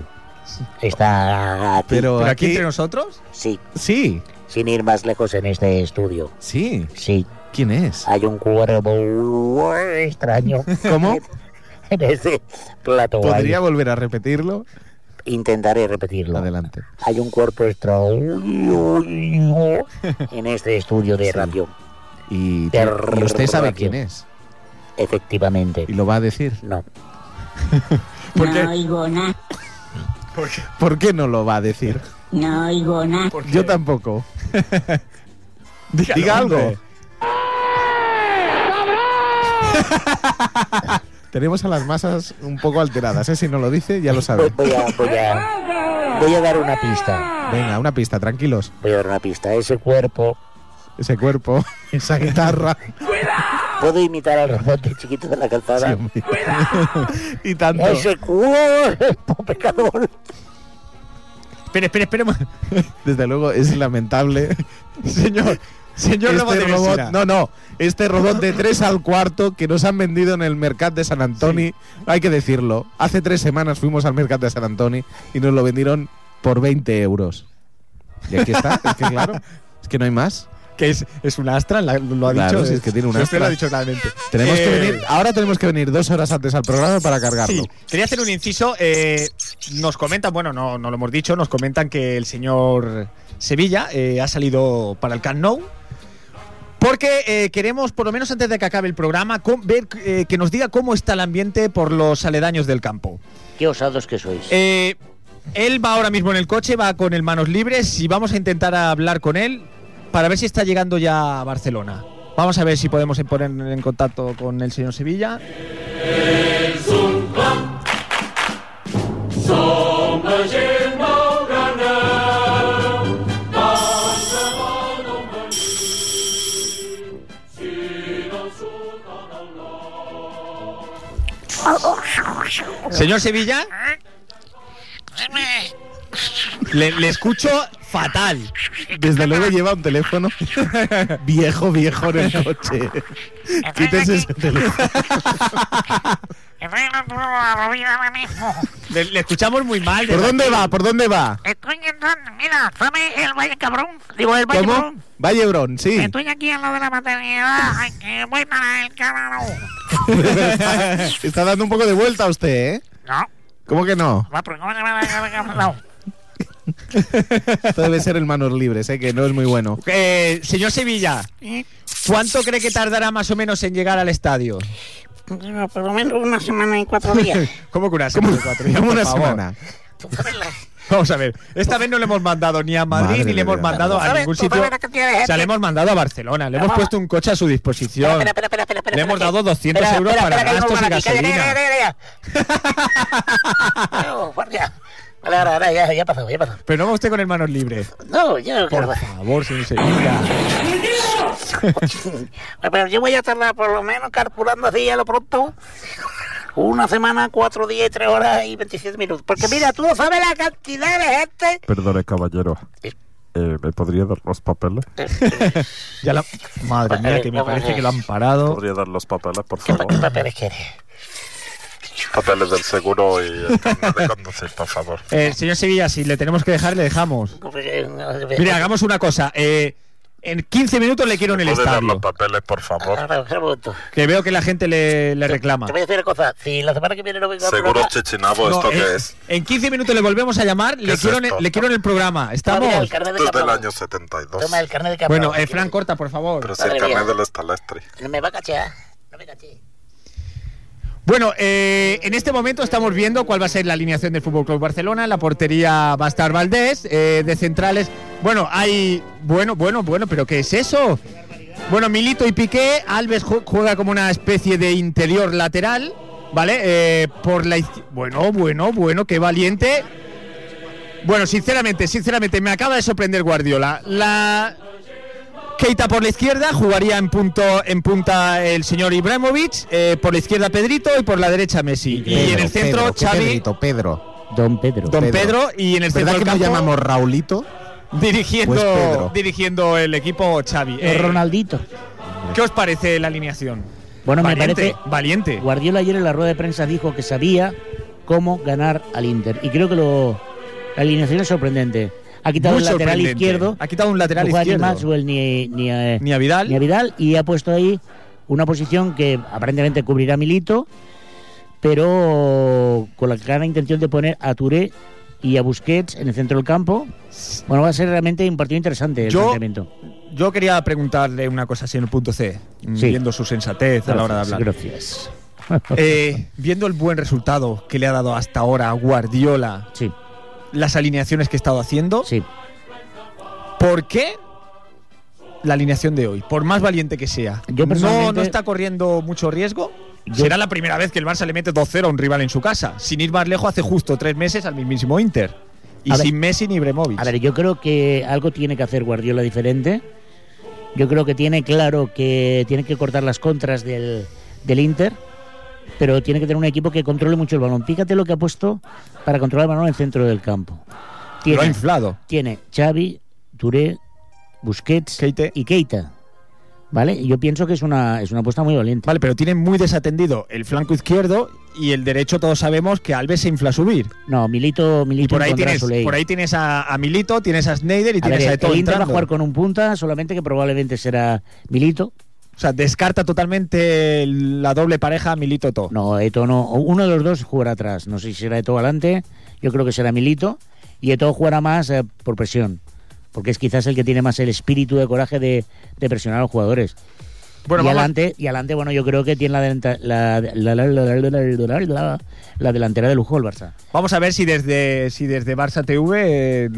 Está aquí. pero Pero aquí aquí... entre nosotros, Sí, Sí, sin ir más lejos en este estudio. sí. Sí, ¿Quién es? hay un cuervo extraño ¿Cómo? en este plato. ¿Podría volver a repetirlo? Intentaré repetirlo. Adelante. Hay un cuerpo extraño en este estudio de Sí. radio. Y, Ter- y usted sabe radio. quién es. Efectivamente. Y lo va a decir. No, ¿Por qué? No oigo nada, ¿Por qué no lo va a decir? no oigo nada. Yo tampoco. Dígalo, Diga algo. hombre. Tenemos a las masas un poco alteradas, ¿eh? Si no lo dice, ya lo voy, sabe. voy a, voy, a, voy a dar una pista. Venga, una pista, tranquilos. Voy a dar una pista. Ese cuerpo Ese cuerpo, esa guitarra. Puedo imitar al robot de chiquito de la Sí, calzada. hombre. y tanto. Ese cuerpo pecador. Espere, espere, espere. Desde luego es lamentable. Señor, señor Robo de este robot, Mesina. no, no, este robot de 3 al cuarto que nos han vendido en el Mercat de San Antoni, hay que decirlo. Hace tres semanas fuimos al Mercat de San Antoni y nos lo vendieron por 20 euros. Y aquí está, es que claro, es que no hay más. que es, es un astra, la- lo ha Claro, dicho. si es que tiene un si Usted Astra. lo ha dicho claramente. Tenemos que Eh, venir, ahora tenemos que venir dos horas antes al programa para cargarlo. Sí, quería hacer un inciso. eh, nos comentan, bueno, no, no lo hemos dicho, nos comentan que el señor Sevilla eh, ha salido para el Camp Nou. Porque eh, queremos, por lo menos antes de que acabe el programa, con- ver eh, que nos diga cómo está el ambiente por los aledaños del campo. Qué osados que sois. Eh, él va ahora mismo en el coche, va con el manos libres y vamos a intentar hablar con él para ver si está llegando ya a Barcelona. Vamos a ver si podemos poner en contacto con el señor Sevilla. Señor Sevilla. Le, le escucho fatal. Desde luego lleva un teléfono viejo, viejo en el coche. Quítese ese teléfono. Estoy yendo a la vida ahora mismo. Le, le escuchamos muy mal. ¿Por desde dónde aquí. va? ¿Por dónde va? Estoy yendo, mira, ¿sabes el Valle Cabrón? Digo, el Valle ¿Cómo? Cabrón. Vallebrón, sí. Estoy aquí en lo de la maternidad. Ay, que voy para el cabrón. Está dando un poco de vuelta usted, ¿eh? No, ¿Cómo que no? va, pero ¿cómo se va a dejar el cabrón? Esto debe ser el manos libres, ¿eh? Que no es muy bueno. Eh, señor Sevilla, ¿Eh? ¿cuánto cree que tardará más o menos en llegar al estadio? Digo, por lo menos una semana y cuatro días. ¿Cómo que una semana? Cuatro días, Como por una favor? semana. ¿Tú sabes la, Vamos a ver, esta vez no le hemos mandado ni a Madrid Madre ni le de hemos verdad. mandado a ¿Sabes? ningún Pues ¿Tú sabes sitio. la cantidad de gente? O sea, le hemos mandado a Barcelona, le hemos Vamos. puesto un coche a su disposición. Espera, espera, espera, espera, espera, Le hemos espera, dado que- 200 espera, euros espera, para espera, que gastos y hay un guardia, gasolina. calla, calla, calla, calla. Oh, guardia. Vale, ahora, ahora, ya, ya pasó, ya pasó. Pero no va usted con el manos libres. No, yo no Por quiero pasar. favor, señor Sevilla. Pero yo voy a tardar por lo menos calculando así a lo pronto. Una semana, cuatro días, tres horas y 27 minutos. Porque mira, tú no sabes la cantidad de gente. Perdone, caballero. Eh, ¿Me podría dar los papeles? Ya la... Madre mía, que me parece que lo han parado. ¿Podría dar los papeles, por ¿Qué, favor? pa- qué papeles quieres? papeles del seguro y el carnet de conducir, por favor. Eh, señor Sevilla, si le tenemos que dejar, le dejamos. eh, Mire, Mira, hagamos una cosa. eh, en 15 minutos le quiero en el ¿Puede dar los estadio. papeles, por favor? Que veo que la gente le, le reclama. Te voy a decir una cosa. Si la semana que viene no vengo al Seguro programa- chichinabo, No, ¿esto qué eh, es? En 15 minutos le volvemos a llamar. Le es quiero, en, esto? le quiero en el programa. Ah, ¿Estamos? mira, el carnet de Esto es del Caprabo. año 72. Toma el carnet de Caprabo. Bueno, eh, Fran, corta, por favor. Pero si el Madre carnet mía. del estalestri. Me va a cachar. No me caché. Bueno, eh, en este momento estamos viendo cuál va a ser la alineación del Fútbol Club Barcelona. En la portería va a estar Valdés, eh, de centrales. Bueno, hay. Bueno, bueno, bueno, pero ¿qué es eso? Bueno, Milito y Piqué. Alves ju- juega como una especie de interior lateral. ¿Vale? Eh, por la izquierda. Bueno, bueno, bueno, qué valiente. Bueno, sinceramente, sinceramente, me acaba de sorprender Guardiola. La. Keita por la izquierda, jugaría en punto en punta el señor Ibrahimovic, eh, por la izquierda Pedrito y por la derecha Messi. Y, en el centro Pedro, ¿qué Xavi, Pedrito, Pedro. Don Pedro. Don Pedro. Pedro. y en el centro ¿Verdad del que nos campo llamamos Raulito? dirigiendo Pues Pedro. dirigiendo el equipo Xavi. Eh, Ronaldito. ¿Qué os parece la alineación? Bueno, me valiente, parece. valiente. Guardiola ayer en la rueda de prensa dijo que sabía cómo ganar al Inter. Y creo que lo, la alineación es sorprendente. Ha quitado Muy el lateral sorprendente. izquierdo. Ha quitado un lateral no juega ni izquierdo. Maxwell ni, ni, eh, Ni a Vidal. ni a Vidal. Y ha puesto ahí una posición que aparentemente cubrirá Milito, pero con la clara intención de poner a Touré y a Busquets en el centro del campo. Bueno, va a ser realmente un partido interesante el Yo- planteamiento. Yo quería preguntarle una cosa así en el punto C, mm, Sí. viendo su sensatez a la hora de hablar. Gracias. Eh, viendo el buen resultado que le ha dado hasta ahora a Guardiola Sí, las alineaciones que he estado haciendo. sí. ¿Por qué la alineación de hoy? Por más valiente que sea. Yo no, personalmente- no está corriendo mucho riesgo. Yo- Será la primera vez que el Barça le mete 2-0 a un rival en su casa. Sin ir más lejos, hace justo tres meses al mismísimo Inter. Y A ver- sin Messi ni Bremovic. A ver, yo creo que algo tiene que hacer Guardiola diferente. Yo creo que tiene claro que tiene que cortar las contras del, del Inter, pero tiene que tener un equipo que controle mucho el balón. Fíjate lo que ha puesto para controlar el balón en el centro del campo. Lo ha Tiene, inflado. tiene Xavi, Touré, Busquets Keita. y Keita. ¿Vale? Yo pienso que es una, es una apuesta muy valiente. Vale, pero tiene muy desatendido el flanco izquierdo y el derecho todos sabemos que Alves se infla a subir. No, Milito, Milito Y por ahí encontrará tienes, su ley. por ahí tienes a, a Milito, tienes a Snyder y A tienes ver, a Eto'o el Inter va a entrando. jugar con un punta, solamente que probablemente será Milito, O sea, descarta totalmente el- la doble pareja Milito-To. No, Eto no. O Uno de los dos jugará atrás. No sé si será Eto adelante. Yo creo que será Milito. Y Eto jugará más eh, por presión. Porque es quizás el que tiene más el espíritu de coraje de, de presionar a los jugadores. Bueno, y, vamos- adelante, y adelante, bueno, yo creo que tiene la, delanta- la, la, la- la- la- la- la- la delantera de lujo el Barça. Vamos a ver si desde, si desde Barça TV eh,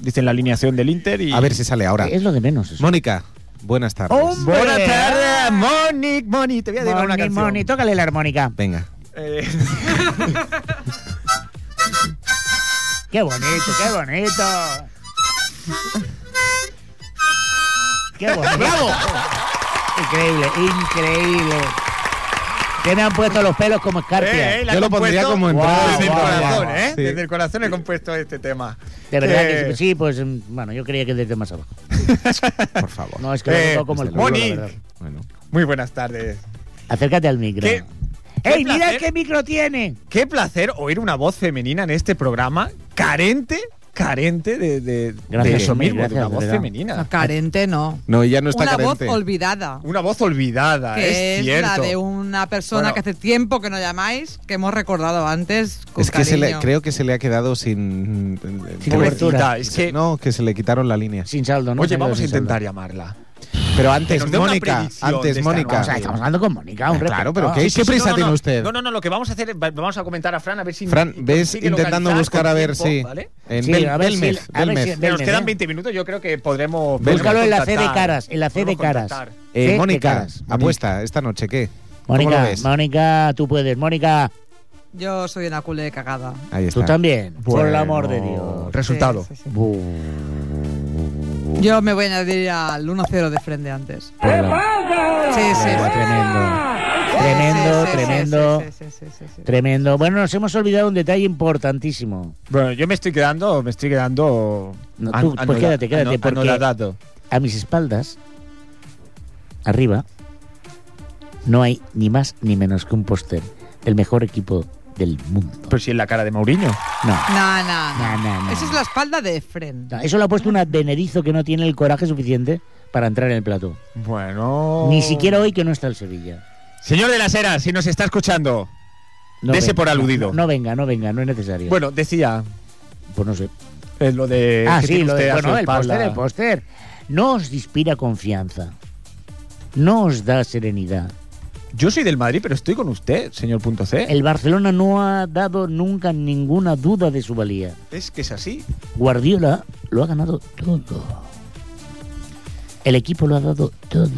dicen la alineación del Inter y... A ver si sale ahora. Es Oh. lo de menos. eso. Mónica, buenas tardes. ¡Hombre! Buenas tardes, Monique, Monique, te voy a dedicar una Moni, canción. Moni, tócale la armónica. Venga. Eh, ¡Qué bonito, qué bonito! ¡Qué bonito! ¡Bravo! Increíble, increíble. que me han puesto los pelos como escarpia. Eh, eh, la Yo lo he pondría compuesto como entrada. Desde Guau, el guau, corazón, guau. ¿eh? Sí. Desde el corazón he compuesto este tema. De verdad Eh, que sí, sí, pues mm, bueno, yo creía que desde más abajo. Por favor. No, es que lo Eh, tengo como el desde culo, la luego. verdad. Bueno. Muy buenas tardes. Acércate al micro. Qué- ¡Ey, qué mira placer. qué micro tiene! Qué placer oír una voz femenina en este programa, carente, carente de, de- de Gracias, eso Mimi, mismo, de gracias, una de voz verdad. femenina. No, carente no. No, ella no está una carente. voz olvidada. Una voz olvidada, Que es, es, cierto. la de una persona Bueno. que hace tiempo que no llamáis, que hemos recordado antes. Con es que se le, cariño. creo que se le ha quedado sin. Pobrecita, es que. No, que se le quitaron la línea. Sin saldo, ¿no? Se Oye, ha ido vamos a sin saldo. intentar llamarla. Pero Que antes nos dé una Mónica, predicción de antes esta Mónica. O sea, estamos hablando con Mónica, un Ah, claro, respeto. pero ¿qué, Sí, qué sí, sí, prisa no, no, tiene no. usted? No, no, no, lo que vamos a hacer es va- vamos a comentar a Fran a ver si Fran, si ves consigue intentando localizar buscar con a ver si. tiempo, ¿vale? En Sí, Bel- a ver si- Belmez, a ver si- Belmez. Que nos Belmez, ¿eh? quedan 20 minutos, yo creo que podremos. Búscalo podremos en la C de contactar. caras, en la C de Podemos caras. contactar. Eh, Sí, qué Mónica, caras, Mónica. apuesta esta noche, ¿qué? ¿Cómo lo Mónica, ves? Mónica, tú puedes. Mónica, Yo soy una culé cagada. Ahí tú está. Uh, también. Por el Bueno. amor de Dios. Resultado. Sí, sí, sí. Yo me voy a añadir al 1-0 de frente antes. Por el Eh, amor- Sí, sí, Buah, sí. Ah, Tremendo, Sí, sí, sí, tremendo, sí, sí, sí, sí, sí, sí. tremendo. Bueno, nos hemos olvidado un detalle importantísimo. Bueno, yo me estoy quedando, me estoy quedando. No, tú, pues quédate, quédate, porque- anodadado. A mis espaldas, arriba, no hay ni más ni menos que un póster del mejor equipo del mundo. Pero si en la cara de Mauriño. No, No, no, No, no. no, no. Esa es la espalda de Fren. no, Eso lo ha puesto un advenedizo que no tiene el coraje suficiente para entrar en el plató. Bueno. Ni siquiera hoy que no está el Sevilla. Señor de las Heras, si nos está escuchando. No Dese venga, por no, aludido. No, no venga, no venga, no es necesario. Bueno, decía pues no sé. eh, lo de. Ah, que sí, tiene lo de, usted a su bueno, el espalda. póster, el póster. No os inspira confianza. No os da serenidad. Yo soy del Madrid, pero estoy con usted, señor punto C. El Barcelona no ha dado nunca ninguna duda de su valía. Es que es así. Guardiola lo ha ganado todo. El equipo lo ha dado todo.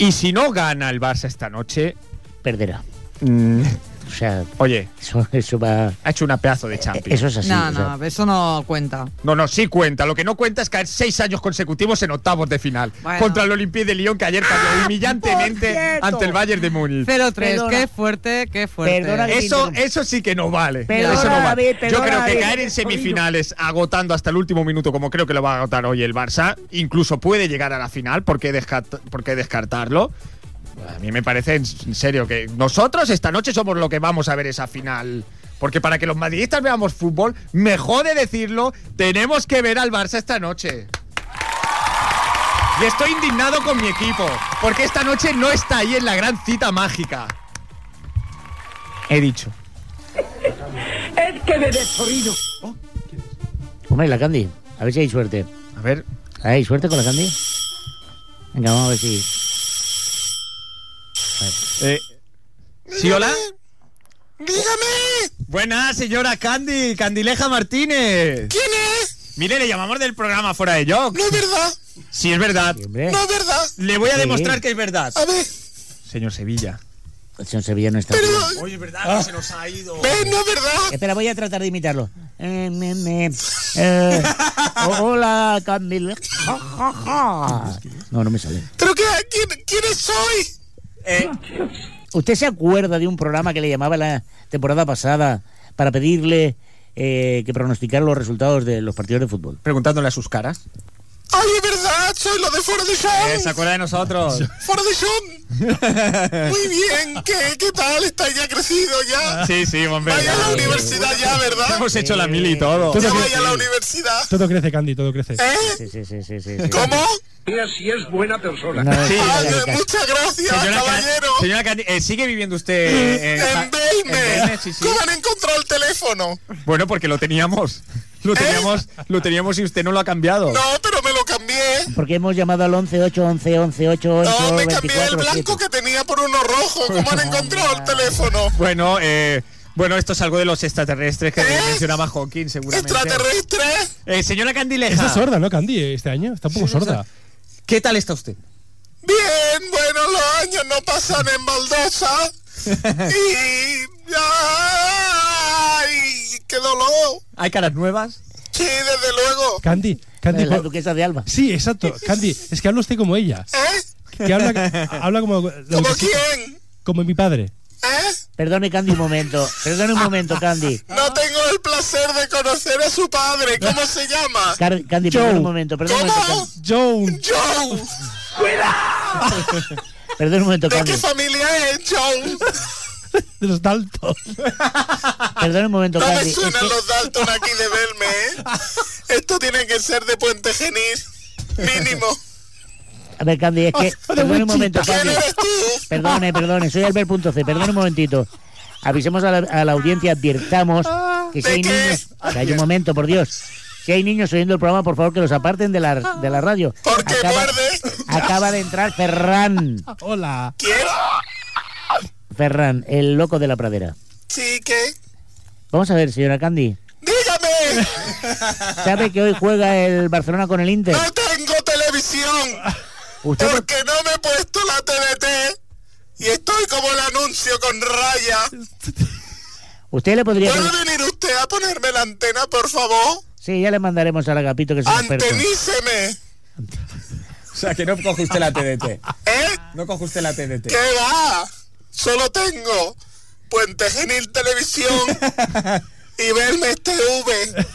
Y si no gana el Barça esta noche. Perderá. mm, O sea, oye, eso, eso va. ha hecho una pedazo de Champions. Eso es así. no, o sea, no, eso no cuenta. No, no, sí cuenta. Lo que no cuenta es caer seis años consecutivos en octavos de final. Bueno. Contra el Olympique de Lyon, que ayer Ah, cayó humillantemente ante el Bayern de Múnich. 0-3, Perdona. qué fuerte, qué fuerte. Perdona Eh, que- Eso, eso sí que no vale. Perdona, Eso no vale. David, Yo perdona, creo que David. caer en semifinales agotando hasta el último minuto, como creo que lo va a agotar hoy el Barça, incluso puede llegar a la final, ¿por qué, descart- por qué descartarlo? A mí me parece en en serio que nosotros esta noche somos lo que vamos a ver esa final. Porque para que los madridistas veamos fútbol, mejor de decirlo, tenemos que ver al Barça esta noche. Y estoy indignado con mi equipo, porque esta noche no está ahí en la gran cita mágica. He dicho. Es que me desorrido. Hombre, la Candy. A ver si hay suerte. A ver, ¿Hay suerte con la Candy? Venga, vamos a ver si. Eh, ¿Sí, hola? ¡Dígame! Buenas, señora Candy, Candileja Martínez. ¿Quién es? Mire, le llamamos del programa Fuera de Yo. No es verdad. Sí, es verdad. Hombre, No es verdad. Le voy a Sí. demostrar que es verdad. A ver, Señor Sevilla. el señor Sevilla no está. pero. bien. Oye, es verdad Ah. que se nos ha ido. ¿Ves? No es verdad. Espera, voy a tratar de imitarlo. Eh, me, me, eh, hola, Camila. Ja, ja, ja. No, no me sale. ¿Pero qué? ¿Quién, ¿Quién soy? Eh. ¿Usted se acuerda de un programa que le llamaba la temporada pasada para pedirle eh, que pronosticara los resultados de los partidos de fútbol? Preguntándole a sus caras. ¡Ay, es verdad! ¡Soy lo de Foro de Eh, ¿Se Son! acuerda de nosotros? ¡Foro de Son! Muy bien, ¿qué, qué tal? ¿Estáis ya crecido ya? Sí, sí, hombre. Vaya a la universidad ya, ¿verdad? Hemos hecho la mil y todo. Ya vaya a la universidad. Todo crece, Candy, todo crece. ¿Eh? Sí, sí, sí, sí. sí, sí. ¿Cómo? Mira si es buena persona. No, Sí, no, Ay, no, no, no. muchas gracias, Señora, Ca- caballero. señora Candy, eh, ¿sigue viviendo usted eh, en, En Belme. Sí, sí. ¿Cómo han encontrado el teléfono? Bueno, porque lo teníamos. ¿Eh? Lo teníamos, lo teníamos y usted no lo ha cambiado. No, pero me lo cambié. Porque hemos llamado al 11 8 11 11 8 8 No, me cambié 24 el blanco que tenía por uno rojo. ¿Cómo han encontrado el teléfono? Bueno, eh, bueno, esto es algo de los extraterrestres que ¿Eh? mencionaba Hawking, seguramente. ¿Extraterrestre? Eh, señora Está Candileja, sorda, ¿no, Candy? Este año está un poco sorda. ¿qué tal está usted? Bien, bueno, los años no pasan en baldosa. Y. ¡Ay! ¡Qué dolor! ¿Hay caras nuevas? Sí, desde luego. Candy, Candy. La por- duquesa de Alba. Sí, exacto. Candy, es que habla usted como ella. ¿Eh? Que habla, habla como. ¿Como quién? Como mi padre. ¿Eh? Perdone, Candy, un momento. Perdone un momento, Candy. Ah. No tengo el placer de conocer a su padre. ¿Cómo se llama? Car- Candy, Joe. perdone un momento. Perdone un momento, ¿Cómo? Candy. Joe. Joe. ¡Cuidado! Perdone un momento, ¿De Candy. qué familia es Joe? De los Dalton. Perdone un momento, No Candy. me Es que- suenan los Dalton aquí de verme, ¿eh? Esto tiene que ser de Puente Genil. Mínimo. A ver, Candy, es que. de Perdone un Wichita. momento, ¿Quién Candy. eres tú? Perdone, perdone, soy Albert.c. Perdone un momentito. Avisemos a la, a la audiencia, advirtamos Ah, que si hay niños. Calla un momento, por Dios. Si hay niños oyendo el programa, por favor que los aparten de la, Ah. de la radio. Porque acaba, acaba de entrar Ferran. Hola. Ferran, el loco de la pradera. Sí, ¿qué? Vamos a ver, señora Candy. ¡Dígame! ¿Sabe que hoy juega el Barcelona con el Inter? ¡No tengo televisión! Usted- Porque no me he puesto la TDT y estoy como el anuncio con raya. Usted le podría. ¿Puede venir usted a ponerme la antena, por favor? Sí, ya le mandaremos al Agapito que es un experto. ¡Anteníceme! O sea, que no coge usted la TDT. ¿Eh? No coge usted la TDT. ¿Qué va? ah, Solo tengo Puente Genil Televisión y Vermes TV.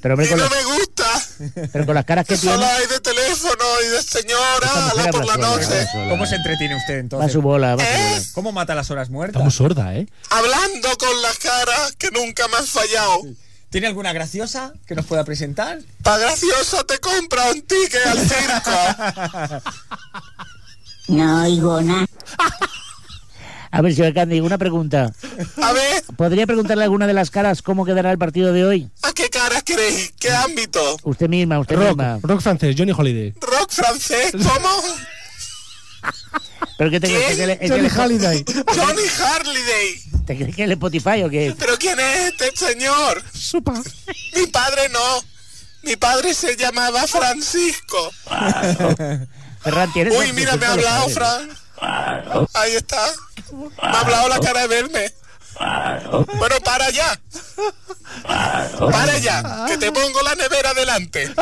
Pero, hombre, Y con no las, me gusta. pero con las caras que tiene. Solo hay de teléfono y de señora a mujer la por la habla sola, noche. ¿Eh? habla sola. ¿Cómo se entretiene usted entonces? Va a su bola, va a su ¿Cómo mata las horas muertas? Está muy sorda, ¿eh? Hablando con las caras que nunca me han fallado. ¿Tiene alguna graciosa que nos pueda presentar? Pa' graciosa te compra un ticket al circo. No oigo nada. A ver, señora Candy, una pregunta. A ver, ¿Podría preguntarle a alguna de las caras cómo quedará el partido de hoy? ¿a qué caras queréis? ¿Qué ámbito? Usted misma, usted Rock, misma. rock francés, Johnny Holiday. ¿Rock francés? ¿Cómo? ¿Pero qué te crees? ¿Que le- es que Johnny le- Holiday. Johnny Harliday. ¿Te crees que es el Spotify o qué? ¿Pero quién es este señor? Supa. Mi padre no. Mi padre se llamaba Francisco. Ferran, ¿tienes Uy, mira, me ha hablado Fran. Ahí está. Me ha hablado la cara de verme. Bueno, para ya. Para ya, que te pongo la nevera delante.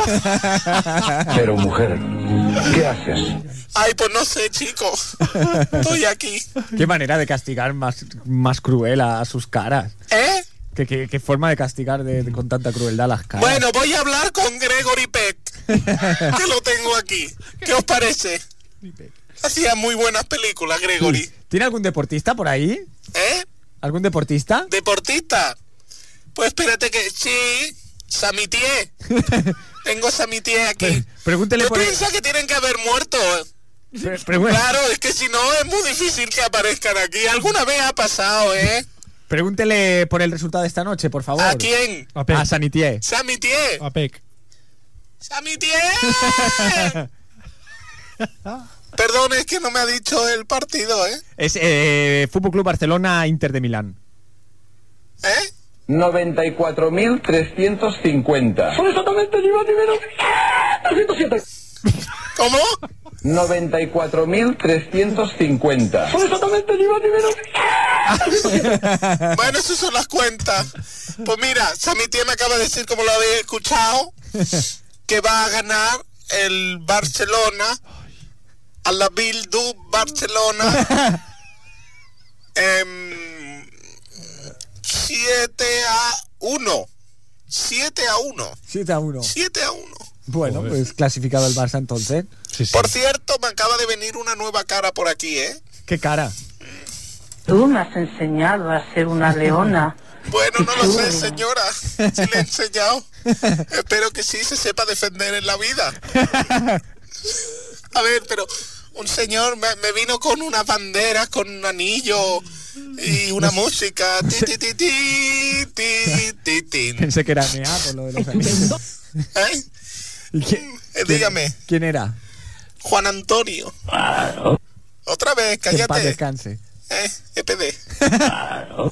Pero mujer, ¿qué haces? Ay, pues no sé, chico. Estoy aquí. Qué manera de castigar más, más cruel a sus caras. ¿Eh? ¿Qué, qué- qué forma de castigar de- de- con tanta crueldad las caras? Bueno, voy a hablar con Gregory Peck, que lo tengo aquí. ¿Qué os parece? Hacía muy buenas películas, Gregory. ¿Tiene algún deportista por ahí? ¿Eh? ¿Algún deportista? ¿Deportista? Pues espérate que... Sí, Samitié. Tengo Samitié aquí. Pregúntele Yo por pienso que tienen que haber muerto. Pre- pregú- Claro, es que si no es muy difícil que aparezcan aquí. Alguna vez ha pasado, ¿eh? Pregúntele por el resultado de esta noche, por favor. ¿A quién? A Peck. A Sanitier. Samitié. A Peck. ¡Samitié! Perdón, es que no me ha dicho el partido, ¿eh? Es eh, Fútbol Club Barcelona Inter de Milán. ¿Eh? 94.350. Son exactamente ni más ni menos. ¡Ah! 307. ¿Cómo? 94.350. Son exactamente ni más ni menos. ¡Ah! 307. Bueno, esas son las cuentas. Pues mira, Samitié me acaba de decir, como lo habéis escuchado, que va a ganar el Barcelona a la Bildu Barcelona. em, 7 a 1. 7 a 1. 7 a 1. 7 a 1. Bueno, Joder. pues clasificado el Barça entonces. Sí, sí. Por cierto, me acaba de venir una nueva cara por aquí, ¿eh? ¿Qué cara? Tú me has enseñado a ser una leona. Bueno, no lo sé, señora. Si le he enseñado. Espero que sí se sepa defender en la vida. A ver, pero un señor me, me vino con una bandera, con un anillo y una música. Ti, ti, ti, ti, ti, ti, tin. Pensé que era Nea por lo de los anillos. ¿Eh? ¿Y quién- Eh, Dígame, ¿Quién era? Juan Antonio. Otra vez, Que en paz Eh, cállate. descanse. Eh, EPD.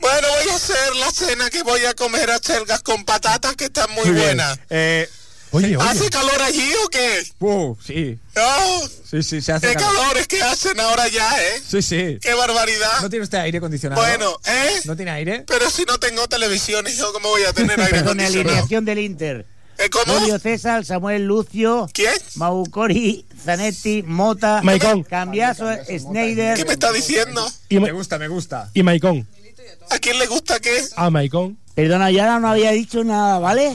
Bueno, voy a hacer la cena que voy a comer acelgas con patatas que están muy, bien. buenas. Eh, Oye, ¿Hace oye. calor allí o qué? uh, sí, No, sí, sí, se hace qué calor. calores que hacen ahora ya, ¿eh? Sí, sí. Qué barbaridad. ¿No tiene usted aire acondicionado? bueno, ¿eh? ¿No tiene aire? Pero si no tengo televisión, hijo, ¿cómo voy a tener aire Perdone, acondicionado? alineación del Inter. Es ¿Eh, ¿Cómo? Julio César, Samuel Lucio. ¿Quién? Maucori, Zanetti, Mota. Maicon. Cambiazo, Schneider. ¿Qué me está diciendo? me gusta, me gusta. Y Maicon. ¿A quién le gusta qué? A Maicon. Perdona, yo ahora no había dicho nada, ¿vale?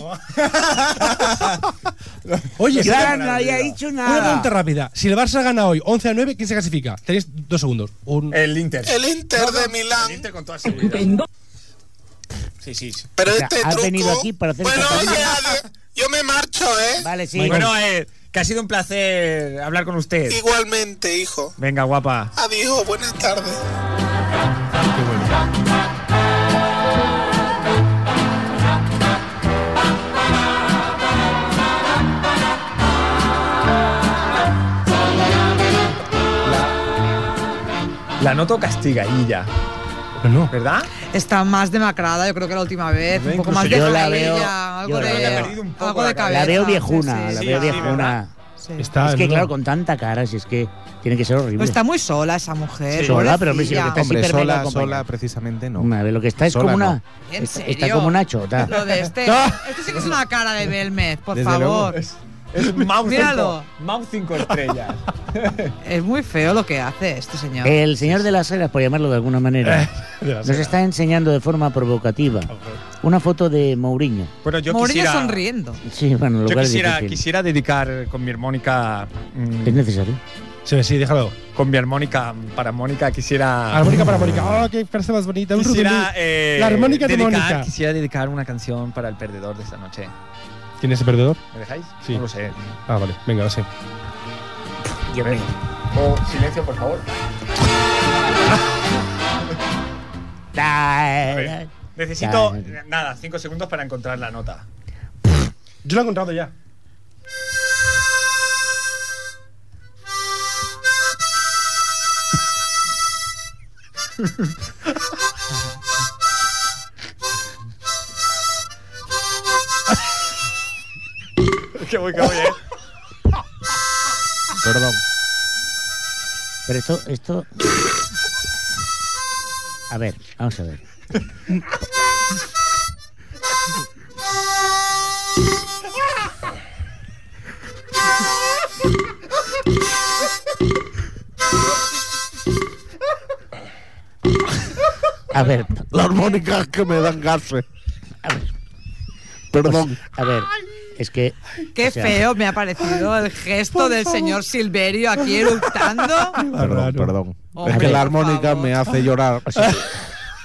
Oye, yo ahora no había dicho Una nada. pregunta rápida. Si el Barça gana hoy 11 a 9, ¿quién se clasifica? Tenéis dos segundos. Un- El Inter. El Inter de Milán. Sí, sí. sí. Pero O sea, este has truco. venido aquí para hacer bueno, campaña. oye, adiós. yo me marcho, ¿eh? Vale, sí. Bueno, eh, que ha sido un placer hablar con usted. Igualmente, hijo. Venga, guapa. Adiós, buenas tardes. La noto castigadilla, No, ¿verdad? Está más demacrada, yo creo que la última vez. Ve, Un poco incluso más de yo la cabella, veo- algo yo de, la veo- Ha perdido un poco algo de la cabeza. cabeza. La veo viejuna, sí, la sí, veo sí, viejuna. sí. está. es que, no. claro, con tanta cara, si es que tiene que ser horrible. Pues está muy sola esa mujer. Sí. Sola, pero hombre, si lo que pobrecilla. está es Hombre, hiper mega sola, acompañada. sola, precisamente no. Hombre, a ver, lo que está es Sola como no. una. ¿En está- serio? Está como una chota. Lo de este. Esto sí que es una cara de Belmez, por Desde favor. luego. Es, es Mau Míralo. 5 Mau cinco estrellas. Es muy feo lo que hace este señor. El señor de las eras, por llamarlo de alguna manera, De la nos saga. está enseñando de forma provocativa una foto de Mourinho. Bueno, yo Mourinho quisiera, sonriendo. Sí, bueno, lo yo cual es quisiera, difícil. quisiera dedicar con mi armónica. mm, Es necesario. Sí, sí, déjalo. con mi armónica para Mónica Ah, quisiera. Armónica para Mónica. ¡Oh, qué frase más bonita! Un quisiera, rudolí. eh, La armónica de dedicar, Mónica. Quisiera dedicar una canción para el perdedor de esta noche. ¿Quién es el perdedor? ¿Me dejáis? Sí. No lo sé. Ah, vale. Venga, sí. Oh, silencio, por favor. A ver, Necesito, Ya. nada, cinco segundos para encontrar la nota. Yo lo he encontrado ya. que voy, que voy, eh. Perdón. Pero esto, esto. A ver, vamos a ver. A ver, Las armónicas que me dan gases. Perdón. a ver. Es que. Qué o sea, feo me ha parecido el gesto del señor Silverio aquí eructando. Perdón, Bárbaro. perdón. Hombre, es que la por armónica favor. me hace llorar.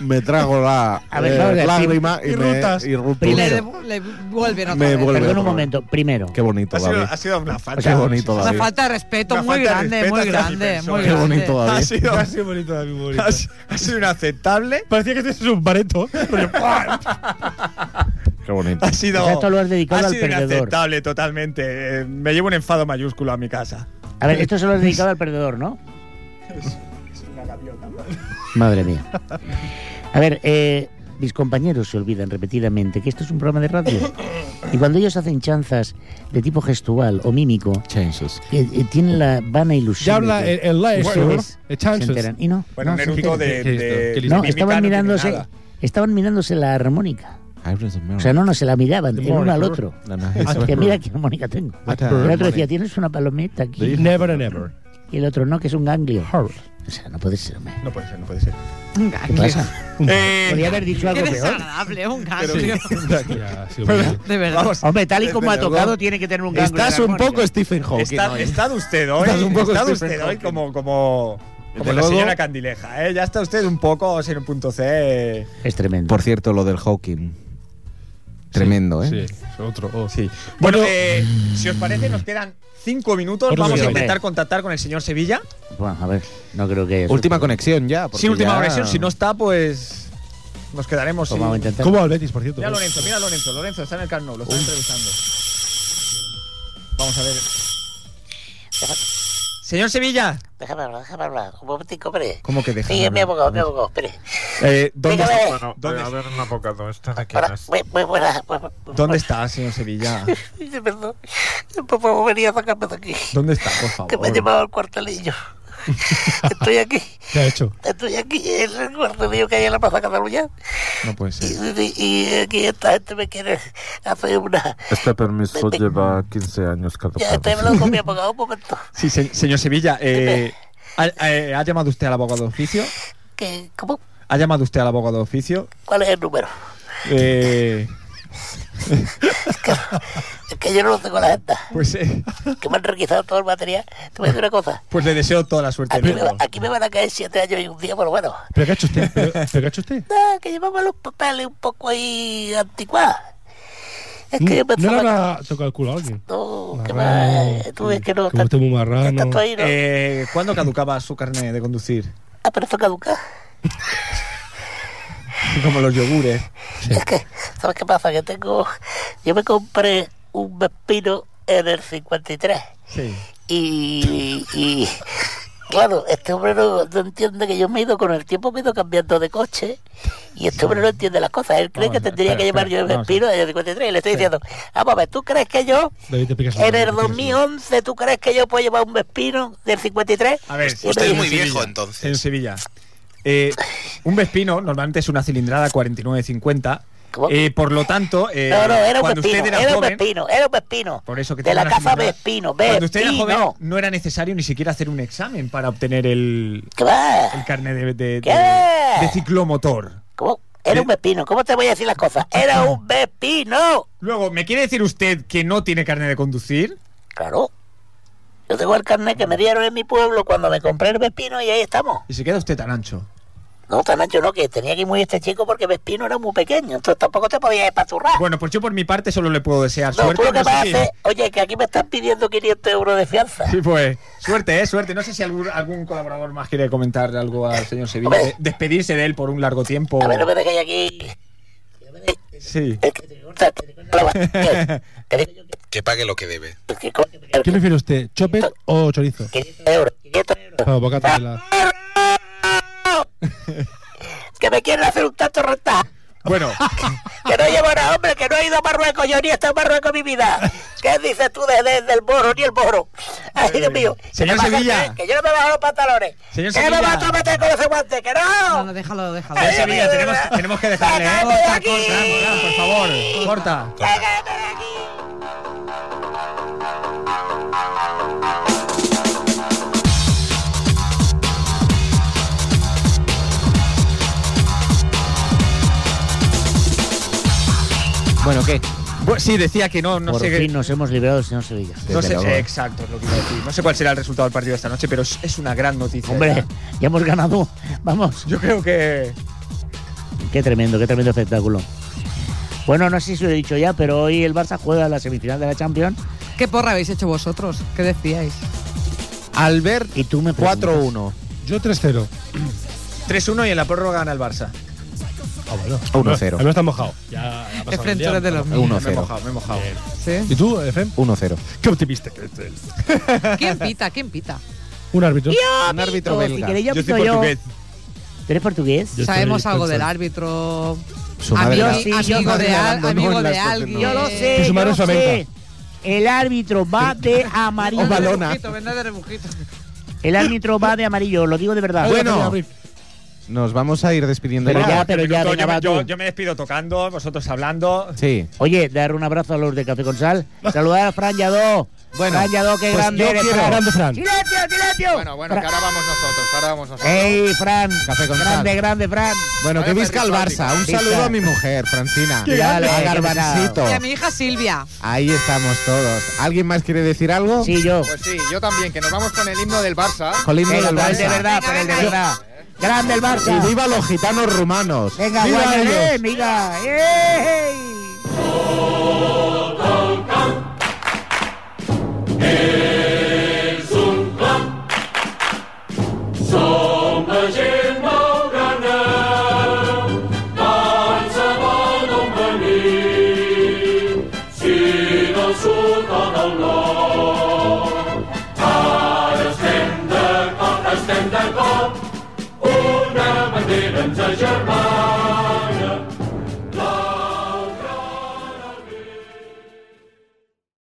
me trago la eh, A ver, vamos a ver, lágrima y, y me rutas. y rutas. Y Primero. le, devu- le vuelven otra Me vez. vuelve. Perdón un por- momento. Primero. Qué bonito, Ha sido, David. ha sido una falta. Qué bonito, Una David. falta de respeto Una muy falta de grande, respeto muy hacia mi grande, persona. muy Qué grande. bonito, Ha David. sido, Ha sido bonito, David, muy bonito. ha sido- ha sido inaceptable. Parecía que este es un bareto. Pero, ¡buah! Qué bonito. Ha sido, O sea, esto lo has dedicado ha al sido perdedor. inaceptable totalmente. Eh, me llevo un enfado mayúsculo a mi casa. A ver, esto se lo has dedicado al perdedor, ¿no? Madre mía. A ver, eh, mis compañeros se olvidan repetidamente que esto es un programa de radio. Y cuando ellos hacen chanzas de tipo gestual o mímico, eh, eh, tienen la vana ilusión. ya de habla que el, el Laes, eso seguro. es, se El Chances. enteran. Y no, Bueno, no, un se eructo enteran. de, ¿Qué es esto? de- ¿Qué de No, mímica estaban tiene mirándose, nada. estaban mirándose la armónica. O sea, no, no se la miraban el uno al otro. Ah, Que mira qué armónica tengo. What a El otro decía, armónica. tienes una palometa aquí. Never and ever. Y el otro no, que es un ganglio. O sea, no puede ser, hombre. No puede ser, no puede ser. Un ¿Qué ganglio. pasa? Eh, Podría haber dicho Qué algo peor. desagradable, un ganglio. Ya, ha sido bonito. De verdad. vamos, Hombre, tal y como ha Desde luego. tocado, tiene que tener un ganglio. Estás en la un armónica. poco Stephen Hawking. está, hoy. está usted hoy. Estás un poco está Stephen usted hoy Hawking. como, como, Desde como la luego. señora Candileja. ¿eh? Ya está usted un poco en un punto C. Es tremendo. Por cierto, lo del Hawking. Tremendo, ¿eh? Sí, es otro. oh. Sí. Bueno, Bueno, eh, si os parece, nos quedan cinco minutos. Otro Vamos a día. intentar contactar con el señor Sevilla. Bueno, a ver, no creo que. Última conexión ya. porque Sí, última ya- conexión. Si no está, pues nos quedaremos. Pues vamos a sin- intentar. ¿Cómo va el Betis, por cierto? Mira a Lorenzo, mira a Lorenzo. Lorenzo está en el carno, lo está entrevistando. Vamos a ver. Señor Sevilla. Déjame hablar, déjame hablar. Un momentico, hombre. ¿Cómo que deja? Sí, es mi abogado, mi abogado, espere. Eh, ¿dónde, Dígame. está- Bueno, ¿Dónde eh, a ver, un abogado, ¿este de quién Hola, es? muy, muy buena. muy- muy- ¿dónde está, señor Sevilla? Dice, Perdón, por favor, venía a sacarme de aquí. ¿Dónde está, Que por me ha favor? llevado al cuartelillo. Estoy aquí, ¿Qué ha hecho? estoy aquí, es el cuarto día que hay en la Plaza Cataluña. No puede ser. Y, y- y aquí esta gente me quiere hacer una... Este permiso lleva 15 años Ya caducado. estoy hablando con mi abogado un momento. Sí, se- señor Sevilla, eh, ¿ha, eh, ha llamado usted al abogado de oficio? ¿Qué, ¿Cómo? ¿Ha llamado usted al abogado de oficio? ¿Cuál es el número? Eh, Es que yo no lo tengo en la agenda. pues, eh, Que me han requisado todo el material. Te voy a decir una cosa. pues le deseo toda la suerte. Aquí me, del va- mundo. aquí me van a caer siete años y un día, por lo menos. ¿Pero qué ha hecho usted? ¿Pero, pero qué ha hecho usted? No, que llevaba los papeles un poco ahí anticuados. Es que yo ¿No le pensaba habrá tocado el culo a alguien? No, que va, tú ves que Como no, está- usted es muy marrano. está todo ahí, ¿no? Eh, ¿Cuándo caducaba su carnet de conducir? Ah, pero esto caduca. Como los yogures. Es que, ¿sabes qué pasa? Que tengo. Yo me compré un Vespino en el 53. Sí. Y. y- claro, este hombre no, no entiende que yo me he ido con el tiempo, me he ido cambiando de coche. Y este hombre no entiende las cosas. Él cree Vamos que a ver, tendría espera, que llevar espera, yo el vamos a Vespino en el 53. Y le estoy diciendo, "Ah, vamos a ver, ¿tú crees que yo. David, te picas la En el mano, te picas 2011, ¿tú crees que yo puedo llevar un Vespino del 53? A ver, Y me dice, entonces. En Sevilla. Eh, un Vespino normalmente es una cilindrada 49-50. Eh, por lo tanto, eh, No, no, era un cuando Vespino, usted era, era un joven, Vespino, era un Vespino. por eso que de tenía la una casa cilindrada- Vespino, Cuando usted era joven Vespino. no era necesario ni siquiera hacer un examen para obtener el, ¿Qué va? el carnet de, de- ¿Qué? de- de ciclomotor. ¿Cómo? Era un Vespino, ¿cómo te voy a decir las cosas? Era un Vespino. Luego, ¿me quiere decir usted que no tiene carnet de conducir? Claro. Yo tengo el carnet que me dieron en mi pueblo cuando me compré el Vespino y ahí estamos. Y se queda usted tan ancho. No, tan ancho no, que tenía que ir muy este chico porque Vespino era muy pequeño, entonces tampoco te podías espaturrar. Bueno, pues yo por mi parte solo le puedo desear No, suerte. tú lo que no sé vas a si- hacer, oye, que aquí me están pidiendo 500 euros de fianza. Sí, pues. Suerte, eh, suerte. No sé si algún, algún colaborador más quiere comentar algo al señor Sevilla. de- despedirse de él por un largo tiempo. A ver, no me dejéis aquí. Sí. Que pague lo que debe. ¿Qué prefiere usted, chopet o chorizo? 500 euros, 500 euros. Vamos, bocata de la... Que me quieren hacer un tanto renta. Bueno, Que no llevo nada, hombre, que no he ido a Marruecos, yo ni he estado en Marruecos en mi vida. ¿Qué dices tú de- de- del boro, ni el boro? Ay, Dios mío. Señor ¿Qué pasa, Sevilla. eh? Que yo no me bajo los pantalones. Señor que Sevilla. me vas a meter con ese guante, que no. No, no, déjalo, déjalo. señor Sevilla, tenemos, tenemos que dejarle. ¿eh? Sácame de Corta, aquí. corta, corta, por favor. Corta. Bueno, ¿qué? Bueno, sí, decía que no, no Por sé. qué- fin nos hemos liberado del señor Sevilla. No sé, eh, exacto, es lo que iba a decir. No sé cuál será el resultado del partido de esta noche, pero es, es una gran noticia. Hombre, ya hemos ganado. Vamos. Yo creo que. Qué tremendo, qué tremendo espectáculo. Bueno, no sé si lo he dicho ya, pero hoy el Barça juega la semifinal de la Champions. ¿Qué porra habéis hecho vosotros? ¿Qué decíais? Albert Y tú me preguntas. 4-1. Yo 3-0. 3-1 y en la prórroga gana el Barça. Ah, bueno. 1-0. Al menos está mojado. Ya, ya ha pasado el Efren, tú día. eres de los míos. 1-0. Me he mojado, me he mojado. ¿Sí? ¿Y tú, Efren? 1-0. ¿Qué optimista que eres? ¿Quién pita? ¿Quién pita? Un árbitro. Un árbitro Todo, si belga. queréis, yo Yo soy pito yo. portugués. ¿Tú eres portugués? Yo Sabemos estoy algo del pensando. árbitro. Su Amigo, madre la- amigo su madre de, la al- abandonó amigo en la de estación, alguien. no. Yo lo Que sé, su yo madre lo es flamenca. sé. El árbitro va de Venga de amarillo. balona. rebujito, venga de rebujito. El árbitro va de amarillo, lo digo de verdad. Bueno. Nos vamos a ir despidiendo Pero ya, pero Este ya, minuto venga, yo, me- va, yo- tú. yo me despido tocando, vosotros hablando. Sí. Oye, dar un abrazo a los de Café con Sal. Saludar a Fran Yadó. Bueno, Fran Yadó, qué pues grande yo eres, quiero- Fran. Grande Fran. ¡Silencio, silencio! Fra- ahora vamos nosotros, ahora vamos nosotros. ¡Ey, Fran! Café con grande, Sal. grande, Fran. Bueno, que Vaya visca el Barça. Un Visca. saludo a mi mujer, Francina. Qué grande. A Garbancito. Y a mi hija Silvia. Ahí estamos todos. ¿Alguien más quiere decir algo? Sí, yo. sí, yo también, que nos vamos con el himno del Barça. Jolín, Venga, del pero el de Barça. verdad, pero el de verdad. Grande el Y Barça. viva los gitanos rumanos. Venga, Viva ellos. Guayaquil, mira. ¡Ey! Una bandera en Germán.